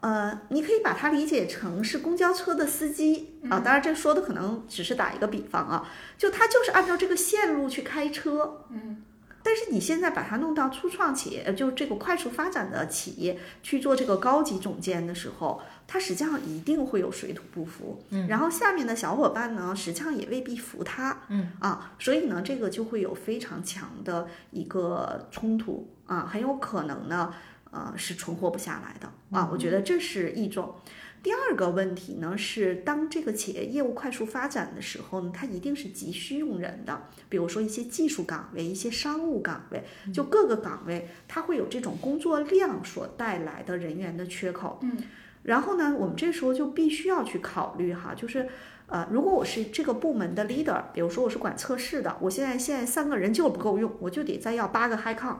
呃，你可以把它理解成是公交车的司机啊，当然这说的可能只是打一个比方啊，就他就是按照这个线路去开车，嗯。但是你现在把它弄到初创企业，呃就这个快速发展的企业去做这个高级总监的时候，他实际上一定会有水土不服，嗯，然后下面的小伙伴呢，实际上也未必服他，嗯啊，所以呢，这个就会有非常强的一个冲突啊，很有可能呢，呃，是存活不下来的啊，我觉得这是一种。第二个问题呢是，当这个企业业务快速发展的时候呢，它一定是急需用人的，比如说一些技术岗位、一些商务岗位，就各个岗位它会有这种工作量所带来的人员的缺口。嗯，然后呢，我们这时候就必须要去考虑哈，就是。呃，如果我是这个部门的 leader，比如说我是管测试的，我现在现在三个人就不够用，我就得再要八个 high con，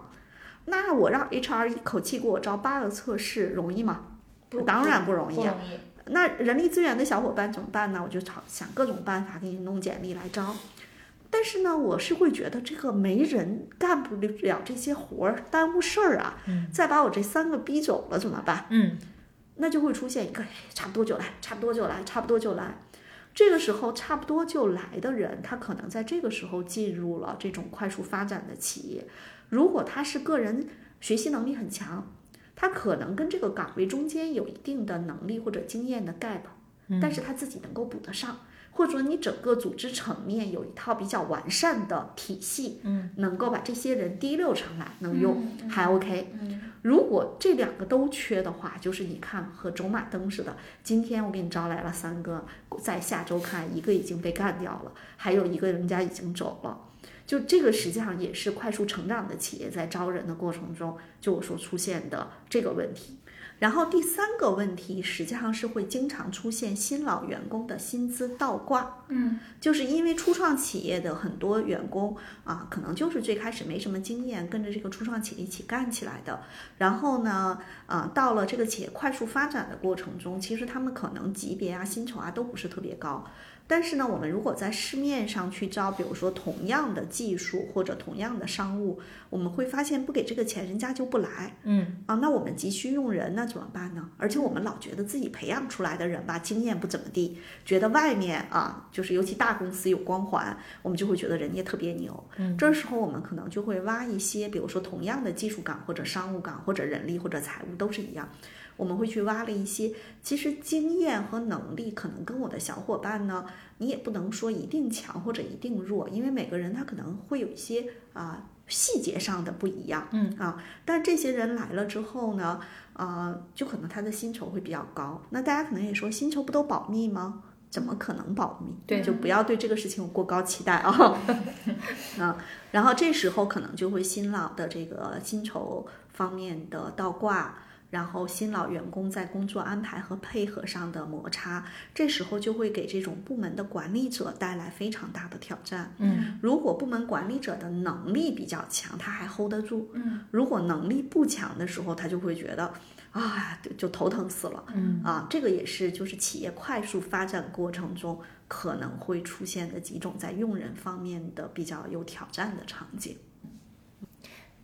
那我让 HR 一口气给我招八个测试容易吗？当然不容易啊不容易，那人力资源的小伙伴怎么办呢？我就想想各种办法给你弄简历来招。但是呢，我是会觉得这个没人干不了这些活儿，耽误事儿啊。再把我这三个逼走了怎么办？嗯，那就会出现一个哎差不多就来，差不多就来，差不多就来。这个时候差不多就来的人，他可能在这个时候进入了这种快速发展的企业。如果他是个人学习能力很强，他可能跟这个岗位中间有一定的能力或者经验的 gap，但是他自己能够补得上，或者说你整个组织层面有一套比较完善的体系，嗯，能够把这些人滴溜上来能用，还 OK。如果这两个都缺的话，就是你看和走马灯似的，今天我给你招来了三个，在下周看一个已经被干掉了，还有一个人家已经走了。就这个实际上也是快速成长的企业在招人的过程中，就我所出现的这个问题。然后第三个问题实际上是会经常出现新老员工的薪资倒挂，嗯，就是因为初创企业的很多员工啊，可能就是最开始没什么经验，跟着这个初创企业一起干起来的。然后呢，啊，到了这个企业快速发展的过程中，其实他们可能级别啊、薪酬啊都不是特别高，但是呢，我们如果在市面上去招，比如说同样的技术或者同样的商务，我们会发现不给这个钱，人家就不来。嗯，啊，那我们急需用人，那怎么办呢？而且我们老觉得自己培养出来的人吧，经验不怎么地，觉得外面啊，就是尤其大公司有光环，我们就会觉得人家特别牛。嗯，这时候我们可能就会挖一些，比如说同样的技术岗或者商务岗或者人力或者财务都是一样。我们会去挖了一些，其实经验和能力可能跟我的小伙伴呢，你也不能说一定强或者一定弱，因为每个人他可能会有一些啊、细节上的不一样，嗯啊，但这些人来了之后呢，啊、就可能他的薪酬会比较高。那大家可能也说，薪酬不都保密吗？怎么可能保密？对就不要对这个事情有过高期待啊。啊，然后这时候可能就会新老的这个薪酬方面的倒挂，然后新老员工在工作安排和配合上的摩擦，这时候就会给这种部门的管理者带来非常大的挑战。嗯，如果部门管理者的能力比较强，他还 hold 得住。嗯，如果能力不强的时候，他就会觉得。啊，就就头疼死了，嗯啊，这个也是就是企业快速发展过程中可能会出现的几种在用人方面的比较有挑战的场景。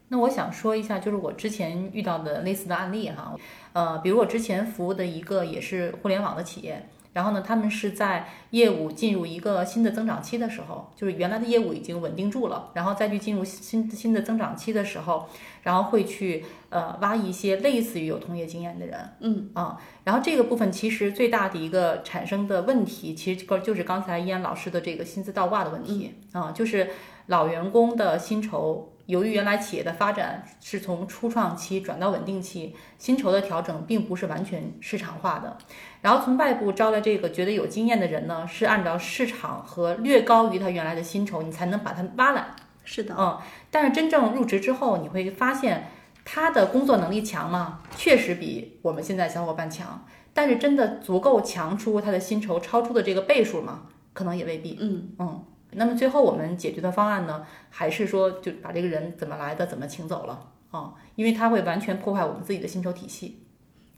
那我想说一下，就是我之前遇到的类似的案例哈，呃，比如我之前服务的一个也是互联网的企业，然后呢，他们是在业务进入一个新的增长期的时候，就是原来的业务已经稳定住了，然后再去进入新新的增长期的时候，然后会去呃挖一些类似于有同业经验的人，嗯啊，然后这个部分其实最大的一个产生的问题，其实这个就是刚才燕老师的这个薪资倒挂的问题、啊，就是老员工的薪酬。由于原来企业的发展是从初创期转到稳定期，薪酬的调整并不是完全市场化的。然后从外部招来这个觉得有经验的人呢，是按照市场和略高于他原来的薪酬，你才能把他挖来。是的，嗯，但是真正入职之后，你会发现他的工作能力强吗？确实比我们现在小伙伴强，但是真的足够强出他的薪酬超出的这个倍数吗？可能也未必。嗯嗯。那么最后我们解决的方案呢，还是说就把这个人怎么来的怎么请走了啊，因为他会完全破坏我们自己的薪酬体系。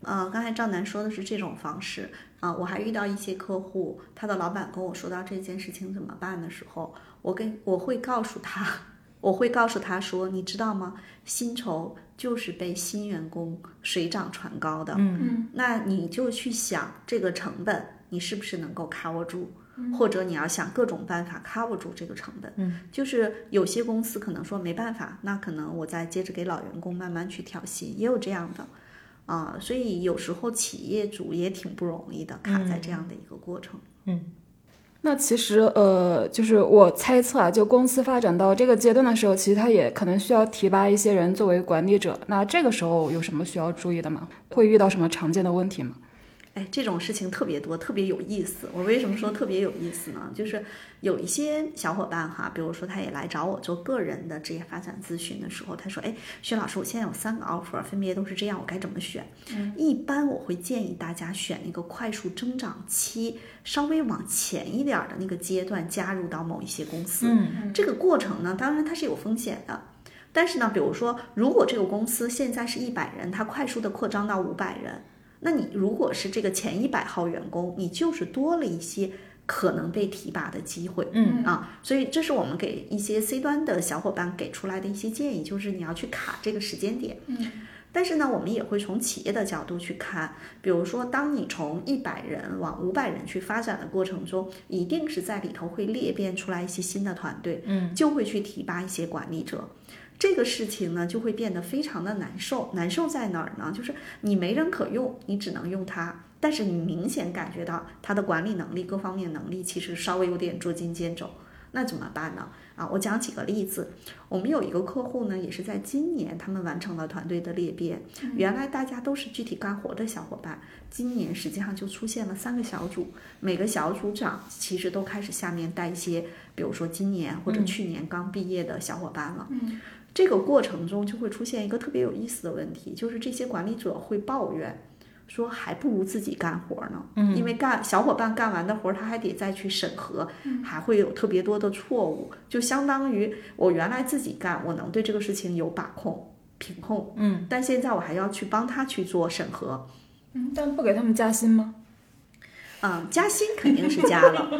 呃，刚才赵楠说的是这种方式啊、我还遇到一些客户，他的老板跟我说到这件事情怎么办的时候，我跟我会告诉他， 我会告诉他说，你知道吗？薪酬就是被新员工水涨船高的，嗯嗯那你就去想这个成本，你是不是能够 cover 住，或者你要想各种办法 cover 住这个成本。嗯，就是有些公司可能说没办法，那可能我再接着给老员工慢慢去调薪，也有这样的。啊，所以有时候企业主也挺不容易的，卡在这样的一个过程。那其实呃，就是我猜测啊，就公司发展到这个阶段的时候，其实它也可能需要提拔一些人作为管理者。那这个时候有什么需要注意的吗？会遇到什么常见的问题吗？哎，这种事情特别多，特别有意思。我为什么说特别有意思呢？就是有一些小伙伴哈，比如说他也来找我做个人的职业发展咨询的时候，他说：“哎，薛老师，我现在有三个 offer，分别都是这样，我该怎么选？”嗯一般我会建议大家选一个快速增长期稍微往前一点儿的那个阶段加入到某一些公司。嗯这个过程呢，当然它是有风险的。但是呢，比如说，如果这个公司现在是一百人，它快速的扩张到五百人，那你如果是这个前一百号员工，你就是多了一些可能被提拔的机会。嗯啊，所以这是我们给一些 C 端的小伙伴给出来的一些建议，就是你要去卡这个时间点。嗯，但是呢，我们也会从企业的角度去看，比如说，当你从一百人往五百人去发展的过程中，一定是在里头会裂变出来一些新的团队，嗯，就会去提拔一些管理者。这个事情呢，就会变得非常的难受。难受在哪儿呢？就是你没人可用，你只能用它，但是你明显感觉到它的管理能力各方面能力其实稍微有点捉襟见肘。那怎么办呢？啊，我讲几个例子。我们有一个客户呢，也是在今年他们完成了团队的裂变。原来大家都是具体干活的小伙伴，今年实际上就出现了三个小组，每个小组长其实都开始下面带一些，比如说今年或者去年刚毕业的小伙伴了。嗯这个过程中就会出现一个特别有意思的问题，就是这些管理者会抱怨。说还不如自己干活呢，嗯，因为干小伙伴干完的活儿，他还得再去审核，还会有特别多的错误，就相当于我原来自己干，我能对这个事情有把控、品控，嗯，但现在我还要去帮他去做审核，嗯，但不给他们加薪吗？嗯，加薪肯定是加 了，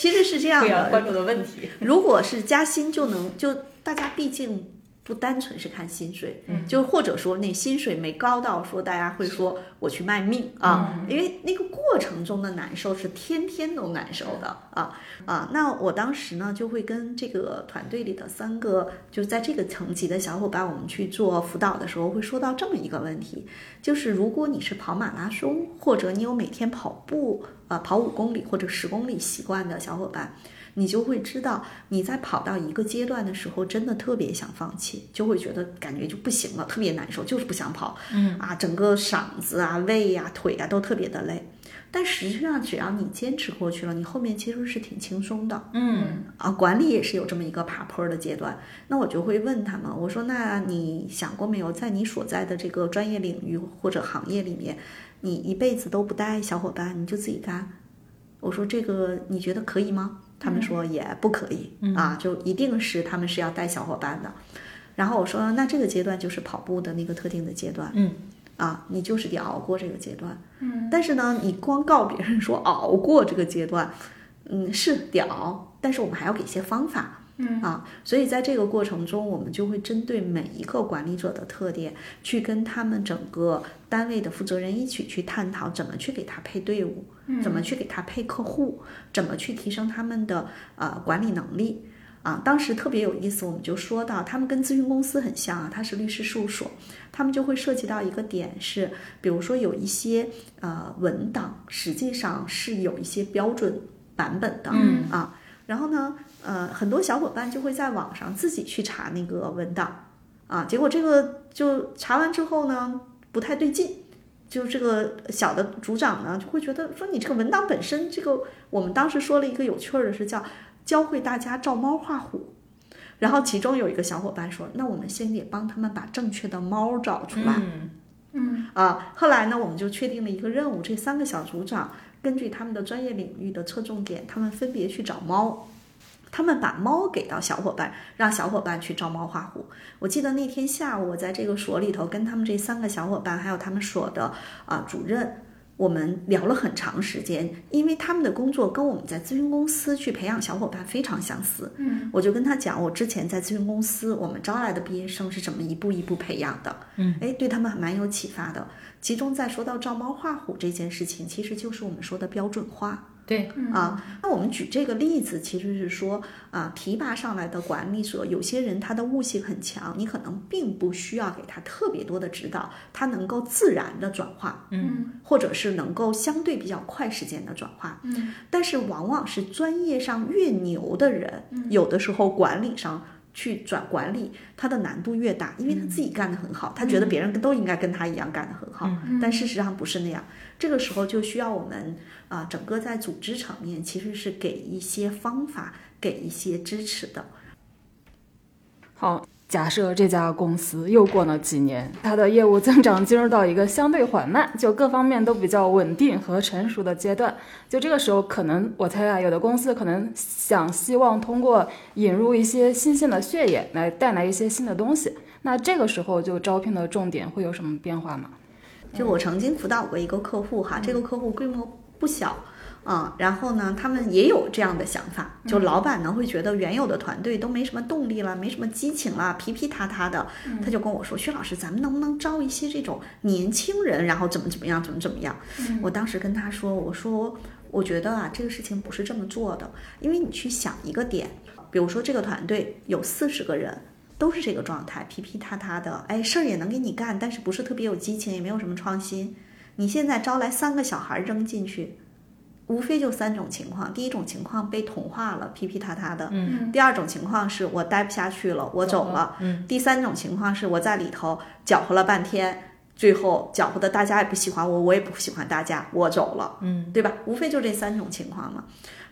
其实是这样会要关的，注的问题。如果是加薪就能就大家毕竟。不单纯是看薪水，嗯就或者说那薪水没高到说大家会说我去卖命啊，嗯因为那个过程中的难受是天天都难受的啊啊！那我当时呢就会跟这个团队里的三个就在这个层级的小伙伴，我们去做辅导的时候会说到这么一个问题，就是如果你是跑马拉松或者你有每天跑步啊、呃跑五公里或者十公里习惯的小伙伴，你就会知道你在跑到一个阶段的时候，真的特别想放弃，就会觉得感觉就不行了，特别难受，就是不想跑。嗯啊，整个嗓子啊、胃呀、腿呀、都特别的累。但实际上，只要你坚持过去了，你后面其实是挺轻松的。嗯啊，管理也是有这么一个爬坡的阶段。那我就会问他们，我说：“那你想过没有，在你所在的这个专业领域或者行业里面，你一辈子都不带小伙伴，你就自己干？”我说：“这个你觉得可以吗？”他们嗯说也不可以、啊，就一定是他们是要带小伙伴的。然后我说：“那这个阶段就是跑步的那个特定的阶段，嗯啊，你就是得熬过这个阶段。”嗯但是呢，你光告别人说熬过这个阶段，嗯，是得熬，但是我们还要给一些方法嗯啊。所以在这个过程中，我们就会针对每一个管理者的特点，去跟他们整个单位的负责人一起去探讨怎么去给他配队伍。怎么去给他配客户，怎么去提升他们的呃管理能力。啊，当时特别有意思，我们就说到他们跟咨询公司很像啊，它是律师事务所，他们就会涉及到一个点是，比如说有一些呃文档实际上是有一些标准版本的，嗯啊，然后呢，呃，很多小伙伴就会在网上自己去查那个文档，啊，结果这个就查完之后呢，不太对劲。就这个小的组长呢，就会觉得说你这个文档本身，这个我们当时说了一个有趣儿的是叫教会大家照猫画虎，然后其中有一个小伙伴说，那我们先得帮他们把正确的猫找出来。嗯嗯啊，后来呢，我们就确定了一个任务，这三个小组长根据他们的专业领域的侧重点，他们分别去找猫。他们把猫给到小伙伴，让小伙伴去照猫画虎。我记得那天下午，我在这个所里头跟他们这三个小伙伴，还有他们所的啊、主任，我们聊了很长时间，因为他们的工作跟我们在咨询公司去培养小伙伴非常相似。嗯，我就跟他讲，我之前在咨询公司，我们招来的毕业生是怎么一步一步培养的。嗯，哎，对他们还蛮有启发的。其中再说到照猫画虎这件事情，其实就是我们说的标准化。对，啊，那我们举这个例子，其实是说啊，提拔上来的管理者，有些人他的悟性很强，你可能并不需要给他特别多的指导，他能够自然的转化，嗯，或者是能够相对比较快时间的转化，嗯，但是往往是专业上越牛的人，有的时候管理上。去转管理，他的难度越大，因为他自己干得很好，他觉得别人都应该跟他一样干得很好，但事实上不是那样。这个时候就需要我们啊、整个在组织层面其实是给一些方法，给一些支持的。好，假设这家公司又过了几年，它的业务增长进入到一个相对缓慢，就各方面都比较稳定和成熟的阶段。就这个时候，可能我猜啊，有的公司可能想希望通过引入一些新鲜的血液来带来一些新的东西。那这个时候就招聘的重点会有什么变化吗？就我曾经辅导过一个客户哈，这个客户规模不小。啊、然后呢，他们也有这样的想法，就老板呢会觉得原有的团队都没什么动力了，没什么激情了，皮皮塌塌的。他就跟我说：“薛老师，咱们能不能招一些这种年轻人，然后怎么怎么样，怎么怎么样？”我当时跟他说：“我说，我觉得啊，这个事情不是这么做的，因为你去想一个点，比如说这个团队有四十个人，都是这个状态，皮皮塌塌的，哎，事儿也能给你干，但是不是特别有激情，也没有什么创新。你现在招来三个小孩扔进去，无非就三种情况：第一种情况被同化了，皮皮塌塌的；嗯、第二种情况是我待不下去了，我走了；嗯、第三种情况是我在里头搅和了半天。最后搅和的大家也不喜欢我，我也不喜欢大家，我走了，嗯，对吧？无非就这三种情况嘛。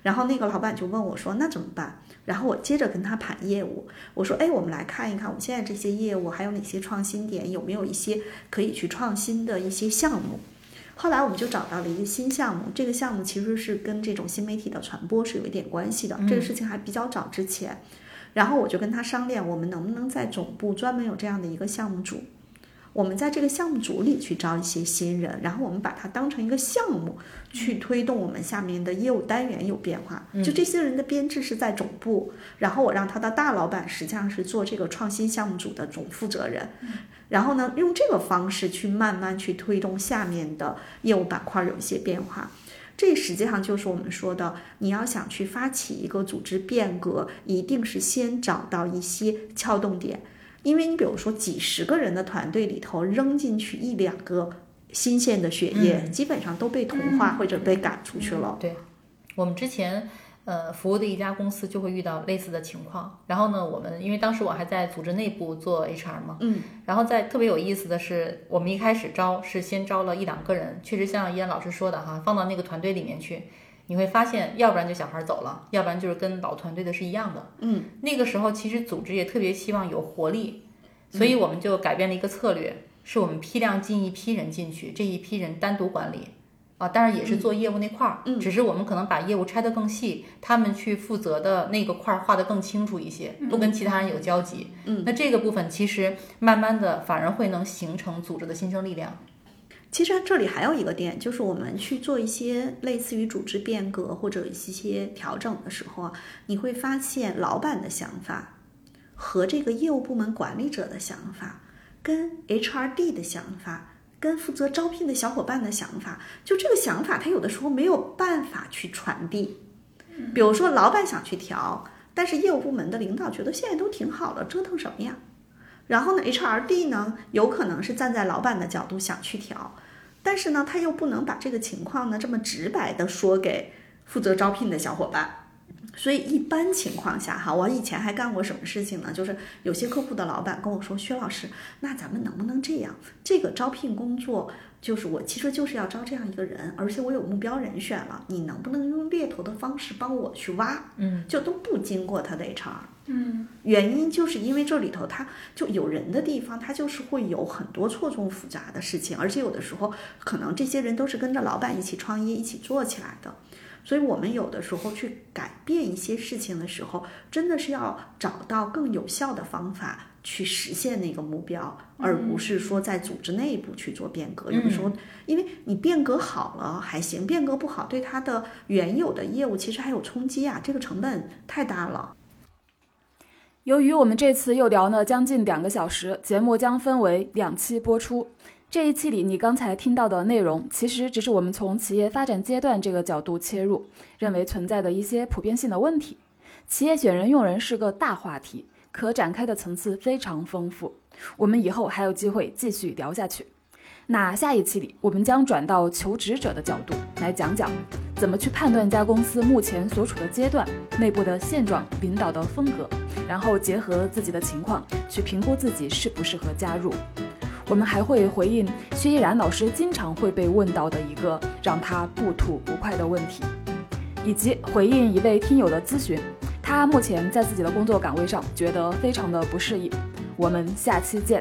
然后那个老板就问我说：“那怎么办？”然后我接着跟他盘业务，我说：“哎，我们来看一看我们现在这些业务还有哪些创新点，有没有一些可以去创新的一些项目？”后来我们就找到了一个新项目，这个项目其实是跟这种新媒体的传播是有一点关系的。这个事情还比较早之前，然后我就跟他商量，我们能不能在总部专门有这样的一个项目组。我们在这个项目组里去招一些新人，然后我们把它当成一个项目去推动我们下面的业务单元有变化。就这些人的编制是在总部，然后我让他的大老板实际上是做这个创新项目组的总负责人，然后呢，用这个方式去慢慢去推动下面的业务板块有一些变化。这实际上就是我们说的，你要想去发起一个组织变革，一定是先找到一些撬动点。因为你比如说几十个人的团队里头扔进去一两个新鲜的血液，基本上都被同化或者被赶出去了。对，我们之前呃服务的一家公司就会遇到类似的情况。然后呢，我们因为当时我还在组织内部做 HR 嘛，嗯，然后在特别有意思的是，我们一开始招是先招了一两个人，确实像依安老师说的哈，放到那个团队里面去。你会发现，要不然就小孩走了，要不然就是跟老团队的是一样的。嗯，那个时候其实组织也特别希望有活力，所嗯以我们就改变了一个策略，是我们批量进一批人进去，这一批人单独管理啊，当然也嗯是做业务那块儿，只是我们可能把业务拆得更细，他们去负责的那个块儿划得更清楚一些，不跟其他人有交集。嗯，那这个部分其实慢慢的反而会能形成组织的新生力量。其实这里还有一个点，就是我们去做一些类似于组织变革或者一些调整的时候啊，你会发现老板的想法和这个业务部门管理者的想法，跟 HRD 的想法，跟负责招聘的小伙伴的想法，就这个想法，他有的时候没有办法去传递。比如说，老板想去调，但是业务部门的领导觉得现在都挺好了，折腾什么呀？然后呢，HRD 呢，有可能是站在老板的角度想去调，但是呢，他又不能把这个情况呢这么直白的说给负责招聘的小伙伴。所以一般情况下哈，我以前还干过什么事情呢？就是有些客户的老板跟我说：“薛老师，那咱们能不能这样？这个招聘工作就是我其实就是要招这样一个人，而且我有目标人选了，你能不能用猎头的方式帮我去挖？”嗯，就都不经过他的 HR。嗯，原因就是因为这里头它就有人的地方，它就是会有很多错综复杂的事情，而且有的时候可能这些人都是跟着老板一起创业、一起做起来的。所以我们有的时候去改变一些事情的时候，真的是要找到更有效的方法去实现那个目标，而不是说在组织内部去做变革。有的时候，因为你变革好了还行，变革不好对它的原有的业务其实还有冲击啊，这个成本太大了。由于我们这次又聊了将近两个小时，节目将分为两期播出。这一期里，你刚才听到的内容，其实只是我们从企业发展阶段这个角度切入，认为存在的一些普遍性的问题。企业选人用人是个大话题，可展开的层次非常丰富。我们以后还有机会继续聊下去。那下一期里，我们将转到求职者的角度来讲讲，怎么去判断一家公司目前所处的阶段、内部的现状、领导的风格，然后结合自己的情况去评估自己适不适合加入。我们还会回应薛依然老师经常会被问到的一个让他不吐不快的问题，以及回应一位听友的咨询。他目前在自己的工作岗位上觉得非常的不适应。我们下期见。